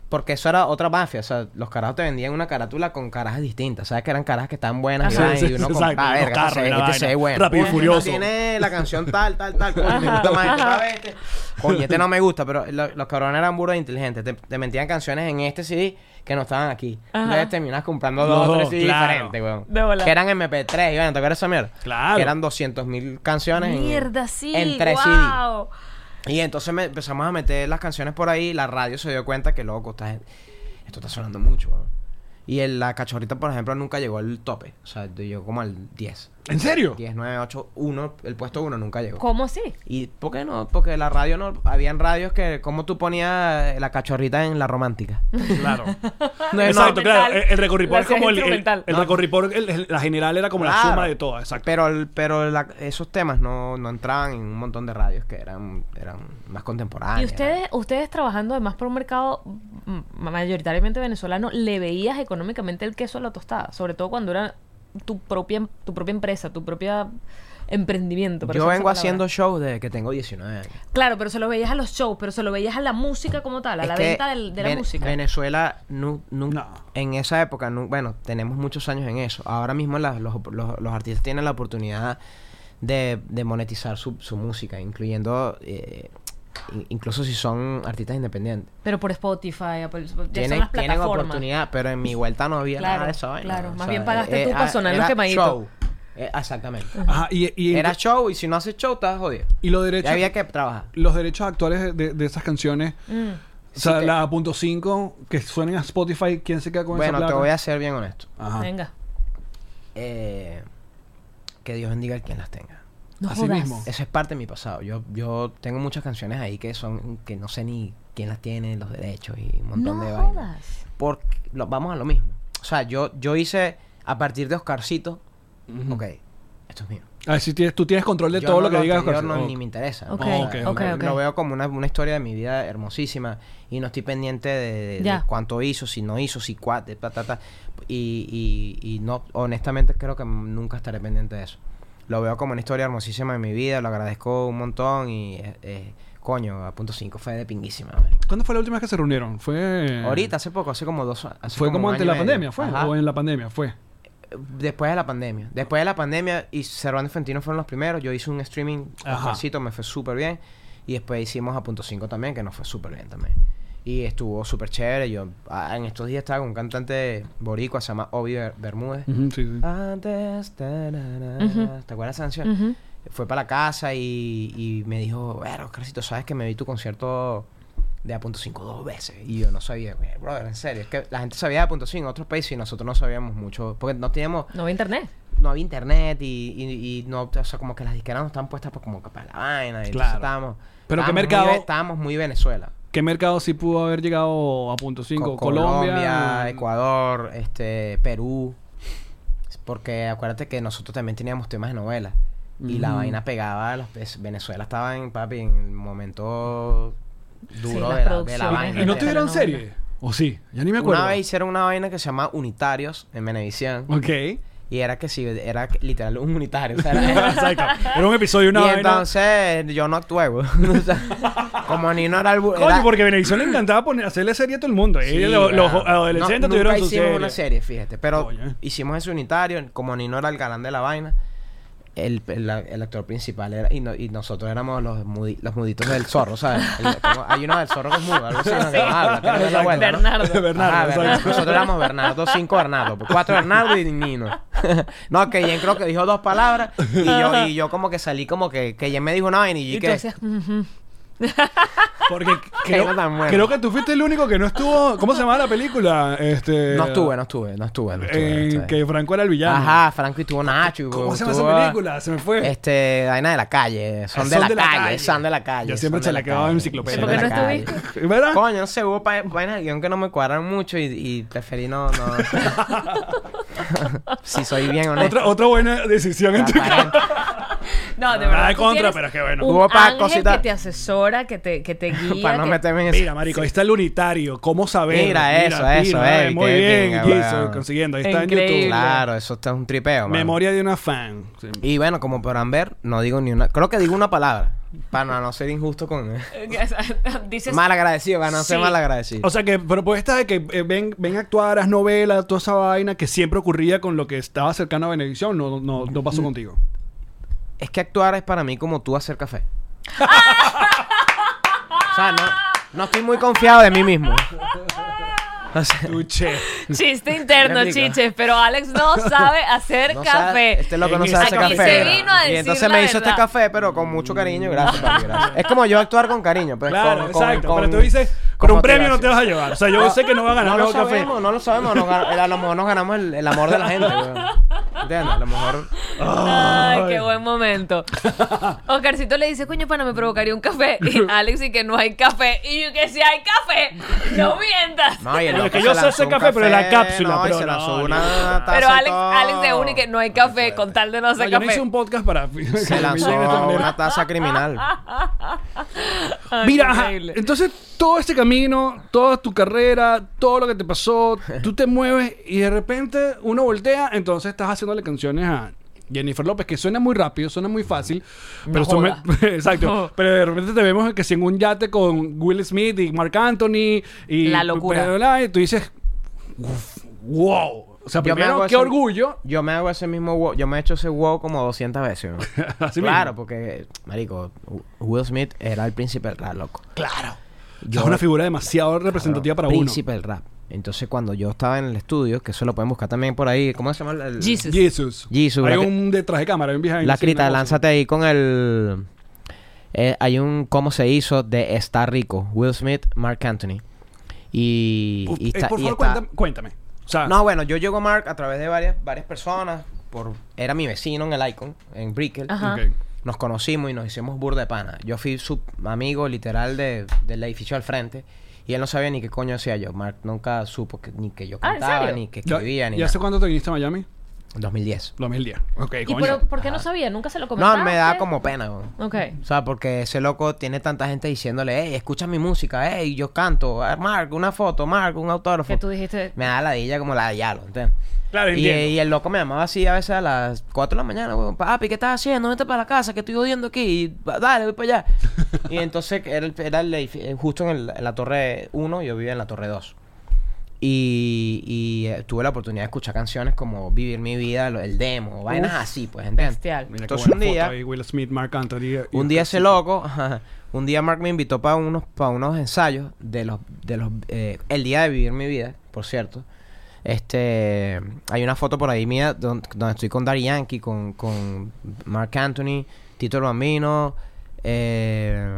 [SPEAKER 5] Porque eso era otra mafia, o sea, los carajos te vendían una carátula con carajas distintas, ¿sabes? Que eran carajas que estaban buenas
[SPEAKER 3] Ajá.
[SPEAKER 5] y,
[SPEAKER 3] Ah, Sí, sí,
[SPEAKER 5] uno
[SPEAKER 3] sí,
[SPEAKER 5] compraba,
[SPEAKER 3] exacto, los
[SPEAKER 5] verga, este
[SPEAKER 3] carros
[SPEAKER 5] se ve-
[SPEAKER 3] y la
[SPEAKER 5] este
[SPEAKER 3] vaina.
[SPEAKER 5] se ve bueno.
[SPEAKER 3] Rápido y
[SPEAKER 5] Uno
[SPEAKER 3] furioso.
[SPEAKER 5] Tiene la canción tal, tal, tal, coño, me gusta más, este, ¿sabes? Este- Coño, este no me gusta, pero lo- los cabrones eran burros de inteligentes, te, te metían canciones en este CD que no estaban aquí.
[SPEAKER 4] Ajá.
[SPEAKER 5] Entonces terminas comprando
[SPEAKER 3] No,
[SPEAKER 5] dos o tres CDs
[SPEAKER 3] claro.
[SPEAKER 5] diferentes, weón.
[SPEAKER 4] De bola.
[SPEAKER 5] Que eran MP3, y bueno, ¿te acuerdas esa mierda?
[SPEAKER 3] Claro.
[SPEAKER 5] Que eran 200 mil canciones en-
[SPEAKER 4] Mierda, sí.
[SPEAKER 5] en tres CD.
[SPEAKER 4] wow.
[SPEAKER 5] Y entonces me- empezamos a meter las canciones por ahí. La radio se dio cuenta que, loco, esta gente- esto está sonando mucho, weón. Y el- la cachorrita, por ejemplo, nunca llegó al tope. O sea, llegó como al 10.
[SPEAKER 3] ¿En serio?
[SPEAKER 5] 10, 9, 8, 1. El puesto 1 nunca llegó.
[SPEAKER 4] ¿Cómo así?
[SPEAKER 5] ¿Y por qué no? Porque la radio no... Habían radios que... Como tú ponías la cachorrita en la romántica?
[SPEAKER 3] Claro.
[SPEAKER 5] No,
[SPEAKER 3] exacto,
[SPEAKER 4] no.
[SPEAKER 3] claro. El, el recorripor
[SPEAKER 4] La
[SPEAKER 3] es como el. El,
[SPEAKER 4] instrumental.
[SPEAKER 3] el
[SPEAKER 5] No.
[SPEAKER 3] recorripor, el- el- la general era como la
[SPEAKER 5] Claro.
[SPEAKER 3] suma de todas, exacto.
[SPEAKER 5] Pero, el- pero la- esos temas no, no entraban en un montón de radios que eran, eran más contemporáneos.
[SPEAKER 4] y ustedes, ustedes trabajando además por un mercado mm, mayoritariamente venezolano, ¿le veías económicamente el queso a la tostada? Sobre todo cuando era tu propia, em, tu propia empresa, tu propia emprendimiento. para
[SPEAKER 5] Yo
[SPEAKER 4] usar esa
[SPEAKER 5] vengo
[SPEAKER 4] palabra.
[SPEAKER 5] haciendo shows desde que tengo 19 años.
[SPEAKER 4] Claro, pero se lo veías a los shows, pero se lo veías a la música como tal, a
[SPEAKER 5] Es
[SPEAKER 4] la
[SPEAKER 5] que
[SPEAKER 4] venta del- de la
[SPEAKER 5] Ven-
[SPEAKER 4] música.
[SPEAKER 5] Venezuela, nu- nu-
[SPEAKER 3] No.
[SPEAKER 5] en esa época, nu- bueno, tenemos muchos años en eso. Ahora mismo las- los, los- los artistas tienen la oportunidad de, de monetizar su, su música, incluyendo, eh, in- incluso si son artistas independientes.
[SPEAKER 4] Pero por Spotify, Apple, ya son
[SPEAKER 5] Tienen,
[SPEAKER 4] las
[SPEAKER 5] tienen
[SPEAKER 4] plataformas.
[SPEAKER 5] oportunidad, pero en mi vuelta no había
[SPEAKER 4] Claro,
[SPEAKER 5] nada de eso.
[SPEAKER 4] claro. Más bien
[SPEAKER 5] eh,
[SPEAKER 4] pagaste tú pa' sonar los quemaditos.
[SPEAKER 5] exactamente.
[SPEAKER 3] Ajá, y, y,
[SPEAKER 5] Era show y si no haces show, estás jodido.
[SPEAKER 3] y los
[SPEAKER 5] Ya
[SPEAKER 3] derechos.
[SPEAKER 5] había que trabajar.
[SPEAKER 3] Los derechos actuales de- de, de esas canciones.
[SPEAKER 4] Mm,
[SPEAKER 3] O sea,
[SPEAKER 5] que-
[SPEAKER 3] la punto .5 que suenen a Spotify, ¿quién se queda con esa
[SPEAKER 5] Bueno,
[SPEAKER 3] plata?
[SPEAKER 5] te voy a ser bien honesto.
[SPEAKER 3] Ajá.
[SPEAKER 4] Venga.
[SPEAKER 5] Eh, que Dios bendiga a quien las tenga.
[SPEAKER 4] No
[SPEAKER 3] Así
[SPEAKER 4] jodas.
[SPEAKER 3] mismo.
[SPEAKER 5] Eso es parte de mi pasado. Yo, yo tengo muchas canciones ahí que son que no sé ni quién las tiene, los derechos y un montón
[SPEAKER 4] No
[SPEAKER 5] de
[SPEAKER 4] jodas.
[SPEAKER 5] vainas. Porque lo- vamos a lo mismo. O sea, yo, yo hice a partir de Oscarcito, ok, esto es mío.
[SPEAKER 3] Ah, si tienes, tú tienes control de
[SPEAKER 5] Yo
[SPEAKER 3] todo
[SPEAKER 5] no
[SPEAKER 3] lo que digas.
[SPEAKER 5] anterior
[SPEAKER 3] Jorge.
[SPEAKER 5] no-
[SPEAKER 3] Ok.
[SPEAKER 5] ni me interesa.
[SPEAKER 4] Ok,
[SPEAKER 5] O
[SPEAKER 3] ok,
[SPEAKER 5] sea,
[SPEAKER 3] ok,
[SPEAKER 5] lo-
[SPEAKER 4] ok.
[SPEAKER 5] Lo veo como una, una historia de mi vida hermosísima y no estoy pendiente de, de- de
[SPEAKER 4] Ya.
[SPEAKER 5] cuánto hizo, si no hizo, si cuá, de ta, ta, ta. Y, y- y no, honestamente creo que nunca estaré pendiente de eso. Lo veo como una historia hermosísima de mi vida, lo agradezco un montón y eh, eh, coño, a punto 5 fue de pinguísima. marico.
[SPEAKER 3] ¿Cuándo fue la última vez que se reunieron? Fue.
[SPEAKER 5] Ahorita, hace poco, hace como dos años.
[SPEAKER 3] Eh. ¿Fue como, antes de la pandemia? ¿Fue? ¿O en la pandemia? ¿Fue?
[SPEAKER 5] Después de la pandemia. Después de la pandemia, y Cervantes Fentino fueron los primeros. Yo hice un streaming
[SPEAKER 3] Ajá.
[SPEAKER 5] pasito, me fue súper bien. Y después hicimos a punto 5 también, que nos fue súper bien también. Y estuvo súper chévere. Yo ah, en estos días estaba con un cantante boricua, se llama Obi Ver- Bermúdez.
[SPEAKER 3] Ujú, sí,
[SPEAKER 5] Ah.
[SPEAKER 3] sí.
[SPEAKER 5] Antes, ta, na, na,
[SPEAKER 4] Ujú.
[SPEAKER 5] ¿te acuerdas de esa canción?
[SPEAKER 4] Ujú.
[SPEAKER 5] Fue para la casa y, y me dijo, bueno, Oscarcito, sabes que me vi tu concierto de A.5 dos veces. Y yo no sabía, güey, brother, en serio. Es que la gente sabía de A.5 en otros países y nosotros no sabíamos mucho. Porque no teníamos,
[SPEAKER 4] No ve internet.
[SPEAKER 5] no había internet y, y- y no, o sea, como que las disqueras no estaban puestas por, como que para la vaina. Y entonces
[SPEAKER 3] Claro.
[SPEAKER 5] estábamos,
[SPEAKER 3] Pero ¿qué
[SPEAKER 5] estábamos muy
[SPEAKER 3] mercado?
[SPEAKER 5] ve- estábamos muy Venezuela.
[SPEAKER 3] ¿Qué mercado sí pudo haber llegado a punto 5?
[SPEAKER 5] Co-
[SPEAKER 3] Colombia. mm.
[SPEAKER 5] Ecuador, este, Perú. Porque acuérdate que nosotros también teníamos temas de novela. Y la
[SPEAKER 3] Ujú.
[SPEAKER 5] vaina pegaba a los es- Venezuela estaba en papi en el momento duro
[SPEAKER 4] las
[SPEAKER 5] de, la, de la
[SPEAKER 4] producciones.
[SPEAKER 5] vaina.
[SPEAKER 3] ¿Y no
[SPEAKER 4] Telenovela.
[SPEAKER 3] tuvieron serie? ¿O sí? Ya ni me acuerdo.
[SPEAKER 5] Una vez hicieron una vaina que se llama Unitarios en Venevisión.
[SPEAKER 3] Ok.
[SPEAKER 5] Y era que sí, era que- literal un unitario. o sea, era-
[SPEAKER 3] Exacto. Era un episodio, una
[SPEAKER 5] y
[SPEAKER 3] vaina.
[SPEAKER 5] entonces yo no actué, güey. O sea, como Nino era el bu-
[SPEAKER 3] Coño,
[SPEAKER 5] era-
[SPEAKER 3] porque a Venevisión le encantaba poner, hacerle serie a todo el mundo.
[SPEAKER 5] Sí,
[SPEAKER 3] Ellos, los, los
[SPEAKER 5] weón.
[SPEAKER 3] adolescentes
[SPEAKER 5] No,
[SPEAKER 3] tuvieron
[SPEAKER 5] nunca
[SPEAKER 3] su
[SPEAKER 5] hicimos
[SPEAKER 3] serie.
[SPEAKER 5] una serie, fíjate. Pero
[SPEAKER 3] Coño, eh.
[SPEAKER 5] hicimos ese unitario, como Nino era el galán de la vaina. El, el- el actor principal era, y, no- y nosotros éramos los, mudi- los muditos del zorro, ¿sabes? El- como- hay uno del zorro que es mudo, algo así, no, que no habla, que no da la vuelta, ¿no?
[SPEAKER 4] Bernardo.
[SPEAKER 3] Bernardo,
[SPEAKER 5] Ajá,
[SPEAKER 3] exacto.
[SPEAKER 5] Bernardo. Nosotros éramos Bernardo, cinco Bernardo, pues, cuatro Bernardo y Nino. no, que Jen creo que dijo dos palabras y yo, y yo como que salí como que, que Jen me dijo una vaina y,
[SPEAKER 4] Y
[SPEAKER 5] yo
[SPEAKER 4] tú
[SPEAKER 5] que...
[SPEAKER 4] hacías, ujú.
[SPEAKER 3] Porque creo,
[SPEAKER 5] Era tan bueno.
[SPEAKER 3] creo que tú fuiste el único que no estuvo. ¿Cómo se llama la película? Este,
[SPEAKER 5] No estuve, no estuve, no estuve, no estuve, no
[SPEAKER 3] en
[SPEAKER 5] estuve.
[SPEAKER 3] que Franco era el villano.
[SPEAKER 5] Ajá, Franco y tuvo Nacho. y
[SPEAKER 3] ¿Cómo se llama
[SPEAKER 5] tuvo-
[SPEAKER 3] esa película? Se me fue.
[SPEAKER 5] Este, vaina de la calle. Son, de, la calle, son de la calle.
[SPEAKER 3] Yo siempre
[SPEAKER 5] son
[SPEAKER 3] se
[SPEAKER 5] de
[SPEAKER 3] la quedaba
[SPEAKER 5] calle,
[SPEAKER 3] en enciclopedia.
[SPEAKER 5] son
[SPEAKER 4] ¿Por qué
[SPEAKER 5] de
[SPEAKER 4] no
[SPEAKER 5] la
[SPEAKER 4] estuviste?
[SPEAKER 5] calle.
[SPEAKER 3] ¿Verdad?
[SPEAKER 5] este, Coño, no sé, hubo pa- vainas de guión que no me cuadraron mucho y, y preferí no. no. si soy bien honesto.
[SPEAKER 3] Otra, otra buena decisión en tu caso.
[SPEAKER 5] transparente.
[SPEAKER 4] No,
[SPEAKER 3] Nada
[SPEAKER 4] de verdad.
[SPEAKER 3] de
[SPEAKER 4] tú
[SPEAKER 3] Ah, contra,
[SPEAKER 4] tienes
[SPEAKER 3] pero es que bueno.
[SPEAKER 4] Un
[SPEAKER 5] Hubo pa'
[SPEAKER 4] ángel
[SPEAKER 5] cosita-
[SPEAKER 4] que te asesora, que te, que te guía.
[SPEAKER 5] Para no
[SPEAKER 4] que-
[SPEAKER 5] meterme en eso.
[SPEAKER 3] Mira, marico, ahí está el unitario. ¿Cómo saber?
[SPEAKER 5] Mira, eso, eso, eh,
[SPEAKER 3] Muy
[SPEAKER 5] qué
[SPEAKER 3] bien,
[SPEAKER 5] pinga,
[SPEAKER 3] Giso,
[SPEAKER 5] weón.
[SPEAKER 3] consiguiendo. Ahí está en
[SPEAKER 4] Increíble.
[SPEAKER 3] YouTube.
[SPEAKER 5] Claro, eso está un tripeo, mano.
[SPEAKER 3] Memoria de una fan. Sí.
[SPEAKER 5] Y bueno, como podrán ver, no digo ni una. Creo que digo una palabra. Para no ser injusto con.
[SPEAKER 4] Dices,
[SPEAKER 5] mal agradecido, para no ser
[SPEAKER 4] Sí.
[SPEAKER 5] mal agradecido.
[SPEAKER 3] O sea, que propuesta de que eh, ven, ven actuaras, novelas, toda esa vaina que siempre ocurría con lo que estaba cercano a Benedicción, no, no, no
[SPEAKER 5] Mm.
[SPEAKER 3] pasó contigo.
[SPEAKER 5] Es que actuar es para mí como tú hacer café. o sea, no, no estoy muy confiado de mí mismo. O sea,
[SPEAKER 3] Tuche.
[SPEAKER 4] chiste interno,
[SPEAKER 5] Me explico.
[SPEAKER 4] chiches, pero Alex no sabe hacer
[SPEAKER 5] no sabe-
[SPEAKER 4] café.
[SPEAKER 5] este loco no
[SPEAKER 3] En
[SPEAKER 5] sabe
[SPEAKER 3] ese
[SPEAKER 5] hacer
[SPEAKER 3] Aquí
[SPEAKER 5] café.
[SPEAKER 3] se
[SPEAKER 5] ¿verdad?
[SPEAKER 4] vino a
[SPEAKER 5] y
[SPEAKER 4] decir
[SPEAKER 5] entonces
[SPEAKER 4] la
[SPEAKER 5] me hizo este
[SPEAKER 4] verdad.
[SPEAKER 5] café, pero con mucho cariño. Gracias, papi, gracias. Es como yo actuar con cariño. Pues,
[SPEAKER 3] Claro,
[SPEAKER 5] con- con-
[SPEAKER 3] exacto.
[SPEAKER 5] con-
[SPEAKER 3] pero tú dices,
[SPEAKER 5] con
[SPEAKER 3] con un premio no te
[SPEAKER 5] motivación.
[SPEAKER 3] vas a llevar. O sea, yo sé que no va a ganar
[SPEAKER 5] No lo
[SPEAKER 3] mejor café.
[SPEAKER 5] sabemos, no lo sabemos. nos gan- a lo mejor nos ganamos el, el amor de la gente. weón. ¿Entiendes? A lo mejor...
[SPEAKER 4] Ay, qué buen momento. Oscarcito le dice, coño, pana, me provocaría un café. Y Alex, y que no hay café. Y yo, que si hay café, no mientas.
[SPEAKER 5] No, y el
[SPEAKER 3] Bueno,
[SPEAKER 5] loco
[SPEAKER 3] que
[SPEAKER 5] se
[SPEAKER 3] yo sé
[SPEAKER 5] lanzó
[SPEAKER 3] hacer
[SPEAKER 5] un
[SPEAKER 3] café, pero la cápsula,
[SPEAKER 5] no, y
[SPEAKER 3] pero
[SPEAKER 5] se
[SPEAKER 3] no,
[SPEAKER 5] lanzó
[SPEAKER 3] ni-
[SPEAKER 5] una taza y
[SPEAKER 4] Pero Alex,
[SPEAKER 5] todo.
[SPEAKER 4] Alex se une que no hay café con tal de no
[SPEAKER 3] No,
[SPEAKER 4] hacer
[SPEAKER 3] yo no
[SPEAKER 4] café.
[SPEAKER 3] hice un podcast para.
[SPEAKER 5] Se lanzó una taza criminal.
[SPEAKER 4] Ay,
[SPEAKER 3] Mira, ajá,
[SPEAKER 4] increíble.
[SPEAKER 3] entonces todo este camino, toda tu carrera, todo lo que te pasó, tú te mueves y de repente uno voltea, entonces estás haciéndole canciones a Jennifer López, que suena muy rápido, suena muy fácil, pero son-
[SPEAKER 4] joda.
[SPEAKER 3] exacto, pero de repente te vemos que si en un yate con Will Smith y Mark Anthony y
[SPEAKER 4] La locura.
[SPEAKER 3] bla, bla, bla, y tú dices, "Uf, wow, o sea,
[SPEAKER 5] Yo me
[SPEAKER 3] primero
[SPEAKER 5] hago
[SPEAKER 3] qué
[SPEAKER 5] ese-
[SPEAKER 3] orgullo,
[SPEAKER 5] Yo me hago ese mismo wow. Yo me he hecho ese wow como 200 veces. ¿no?
[SPEAKER 3] Así
[SPEAKER 5] claro,
[SPEAKER 3] mismo.
[SPEAKER 5] porque, marico, Will Smith era el príncipe del rap, loco.
[SPEAKER 3] claro,
[SPEAKER 5] Yo-
[SPEAKER 3] es una figura demasiado representativa para uno.
[SPEAKER 5] Príncipe del rap. Entonces, cuando yo estaba en el estudio, que eso lo pueden buscar también por ahí, ¿cómo se llama? el- el-
[SPEAKER 4] Jesus.
[SPEAKER 3] Jesus.
[SPEAKER 5] Jesus,
[SPEAKER 3] Hay
[SPEAKER 5] la que-
[SPEAKER 3] un detrás de cámara, hay un behind
[SPEAKER 5] La
[SPEAKER 3] the scene,
[SPEAKER 5] crita,
[SPEAKER 3] una cosa.
[SPEAKER 5] lánzate ahí con el... eh, hay un cómo se hizo de Está Rico, Will Smith, Mark Anthony. Y,
[SPEAKER 3] Uf,
[SPEAKER 5] y
[SPEAKER 3] eh,
[SPEAKER 5] está-
[SPEAKER 3] por
[SPEAKER 5] y
[SPEAKER 3] favor,
[SPEAKER 5] está-
[SPEAKER 3] cuéntame, cuéntame. O sea,
[SPEAKER 5] No, bueno, yo llego a Mark a través de varias, varias personas. Por, era mi vecino en el Icon, en Brickell.
[SPEAKER 4] Ajá.
[SPEAKER 3] ok.
[SPEAKER 5] nos conocimos y nos hicimos burda de pana. Yo fui su amigo literal de, del edificio al frente y él no sabía ni qué coño hacía yo. Mark nunca supo que- ni que yo
[SPEAKER 4] Ah, ¿en
[SPEAKER 5] cantaba,
[SPEAKER 4] serio?
[SPEAKER 5] ni que
[SPEAKER 3] Ya-
[SPEAKER 5] escribía, ni
[SPEAKER 3] ¿Y hace
[SPEAKER 5] nada.
[SPEAKER 3] cuánto te viniste a Miami?
[SPEAKER 5] 2010.
[SPEAKER 3] 2010. Ok,
[SPEAKER 4] ¿Y
[SPEAKER 3] coño.
[SPEAKER 4] pero, por qué no sabía? ¿Nunca se lo comentaste?
[SPEAKER 5] No, me daba como pena. güey.
[SPEAKER 4] Ok.
[SPEAKER 5] O sea, porque ese loco tiene tanta gente diciéndole, hey, escucha mi música, hey, yo canto, ah, Mark, una foto, Mark, un autógrafo.
[SPEAKER 4] Que tú dijiste...
[SPEAKER 5] Me da ladilla como la de Yalo, ¿entiendes?
[SPEAKER 3] Claro,
[SPEAKER 5] y,
[SPEAKER 3] entiendo.
[SPEAKER 5] y el loco me llamaba así a veces a las 4 de la mañana, weón, papi, ¿qué estás haciendo? Vete para la casa, que estoy odiando aquí, y, "Va, dale, voy para allá. y entonces era, el- era el edifi- eh, justo en, el- en la torre 1, yo vivía en la torre 2. Y, y, eh, tuve la oportunidad de escuchar canciones como Vivir mi vida, lo- el demo, vainas así, pues, ¿entiendes?
[SPEAKER 4] Bestial.
[SPEAKER 3] Mira qué
[SPEAKER 5] Entonces,
[SPEAKER 3] buena
[SPEAKER 5] un día-
[SPEAKER 3] foto ahí, Will Smith, Mark Anthony. y-
[SPEAKER 5] Un
[SPEAKER 3] y-
[SPEAKER 5] día ese loco, ajá, un día Mark me invitó para unos, para unos ensayos de los, de los, eh, el día de vivir mi vida, por cierto. Este, hay una foto por ahí mía don- donde, estoy con Daddy Yankee, con, con Mark Anthony, Tito el Bambino, eh,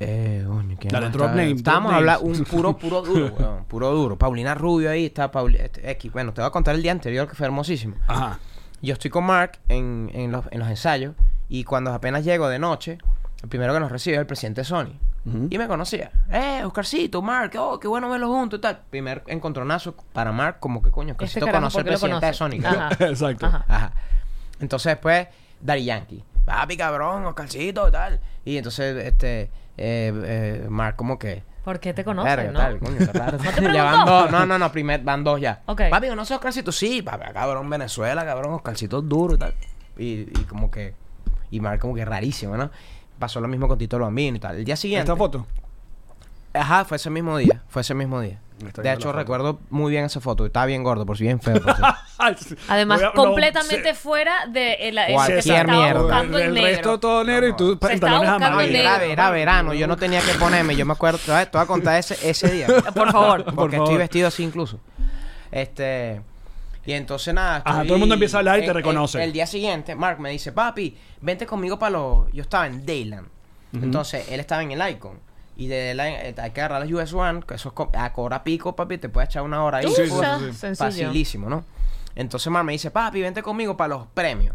[SPEAKER 5] eh, coño, ¿quién
[SPEAKER 3] Dale,
[SPEAKER 5] más
[SPEAKER 3] drop
[SPEAKER 5] estaba?
[SPEAKER 3] name, drop
[SPEAKER 5] Estábamos hablando,
[SPEAKER 3] names.
[SPEAKER 5] un puro, puro duro, weón, puro duro. Paulina Rubio ahí, está Pauli, este, X. Bueno, te voy a contar el día anterior que fue hermosísimo
[SPEAKER 3] Ajá.
[SPEAKER 5] yo estoy con Mark en, en los, en los ensayos y cuando apenas llego de noche, el primero que nos recibe es el presidente de Sony. Y me conocía. Eh, Oscarcito, Mark, oh, qué bueno verlo juntos y tal. Primer encontronazo para Mark, como que coño,
[SPEAKER 4] Este
[SPEAKER 5] Oscarcito
[SPEAKER 4] carajo,
[SPEAKER 5] conoce
[SPEAKER 4] ¿por
[SPEAKER 5] al
[SPEAKER 4] qué lo
[SPEAKER 5] presidente de Sony.
[SPEAKER 4] conoce?
[SPEAKER 5] creo.
[SPEAKER 4] Ajá.
[SPEAKER 3] Exacto.
[SPEAKER 4] Ajá.
[SPEAKER 5] Ajá. Entonces después, Daddy Yankee. Papi, cabrón, Oscarcito, tal. Y entonces, este, eh, eh, Mark como que...
[SPEAKER 4] ¿Por qué te conocen,
[SPEAKER 5] Verga,
[SPEAKER 4] no?
[SPEAKER 5] tal, coño, qué raro.
[SPEAKER 4] te
[SPEAKER 5] Ya van
[SPEAKER 4] preguntó?
[SPEAKER 5] dos. No, no, no, primer, van dos ya.
[SPEAKER 4] Ok.
[SPEAKER 5] Papi, ¿conoces a Oscarcito? Sí, papi, cabrón, Venezuela, cabrón, Oscarcito es duro y tal. Y, y como que... Y Mark como que rarísimo, ¿no? Pasó lo mismo con Tito Bambino y tal. El día siguiente...
[SPEAKER 3] ¿Esta foto?
[SPEAKER 5] Ajá, fue ese mismo día. Fue ese mismo día.
[SPEAKER 3] Está
[SPEAKER 5] De
[SPEAKER 3] viendo la
[SPEAKER 5] hecho,
[SPEAKER 3] foto.
[SPEAKER 5] recuerdo muy bien esa foto. Estaba bien gordo, por si bien feo. por cierto.
[SPEAKER 4] Además,
[SPEAKER 3] Voy a- no,
[SPEAKER 4] completamente
[SPEAKER 3] se-
[SPEAKER 4] fuera de eh, el,
[SPEAKER 5] Cualquier
[SPEAKER 4] que se estaba
[SPEAKER 5] mierda.
[SPEAKER 4] buscando
[SPEAKER 3] el,
[SPEAKER 4] el negro.
[SPEAKER 3] resto todo negro y tú
[SPEAKER 4] Se estaba
[SPEAKER 3] pantalones
[SPEAKER 4] buscando
[SPEAKER 5] No,
[SPEAKER 3] amarillos.
[SPEAKER 4] negro.
[SPEAKER 5] era, era verano, yo no tenía que ponerme, yo me acuerdo, te voy a- te voy a contar ese, ese día. Por favor. Porque
[SPEAKER 3] Por favor.
[SPEAKER 5] estoy vestido así incluso. Este. Y entonces nada.
[SPEAKER 3] Ajá,
[SPEAKER 5] estoy-
[SPEAKER 3] todo el mundo empieza a hablar y te
[SPEAKER 5] el- el-
[SPEAKER 3] reconoce.
[SPEAKER 5] El, día siguiente, Mark me dice, papi, vente conmigo para los. Yo estaba en Dayland. Entonces, él estaba en el Icon. Y de Dayland eh, hay que agarrar la US One, que eso es co- a cobra pico, papi, te puedes echar una hora ahí.
[SPEAKER 3] Sí, sí, sí,
[SPEAKER 5] pues,
[SPEAKER 3] sí.
[SPEAKER 4] Sencillo.
[SPEAKER 5] Facilísimo, ¿no? Entonces Mar me dice, papi, vente conmigo para los premios.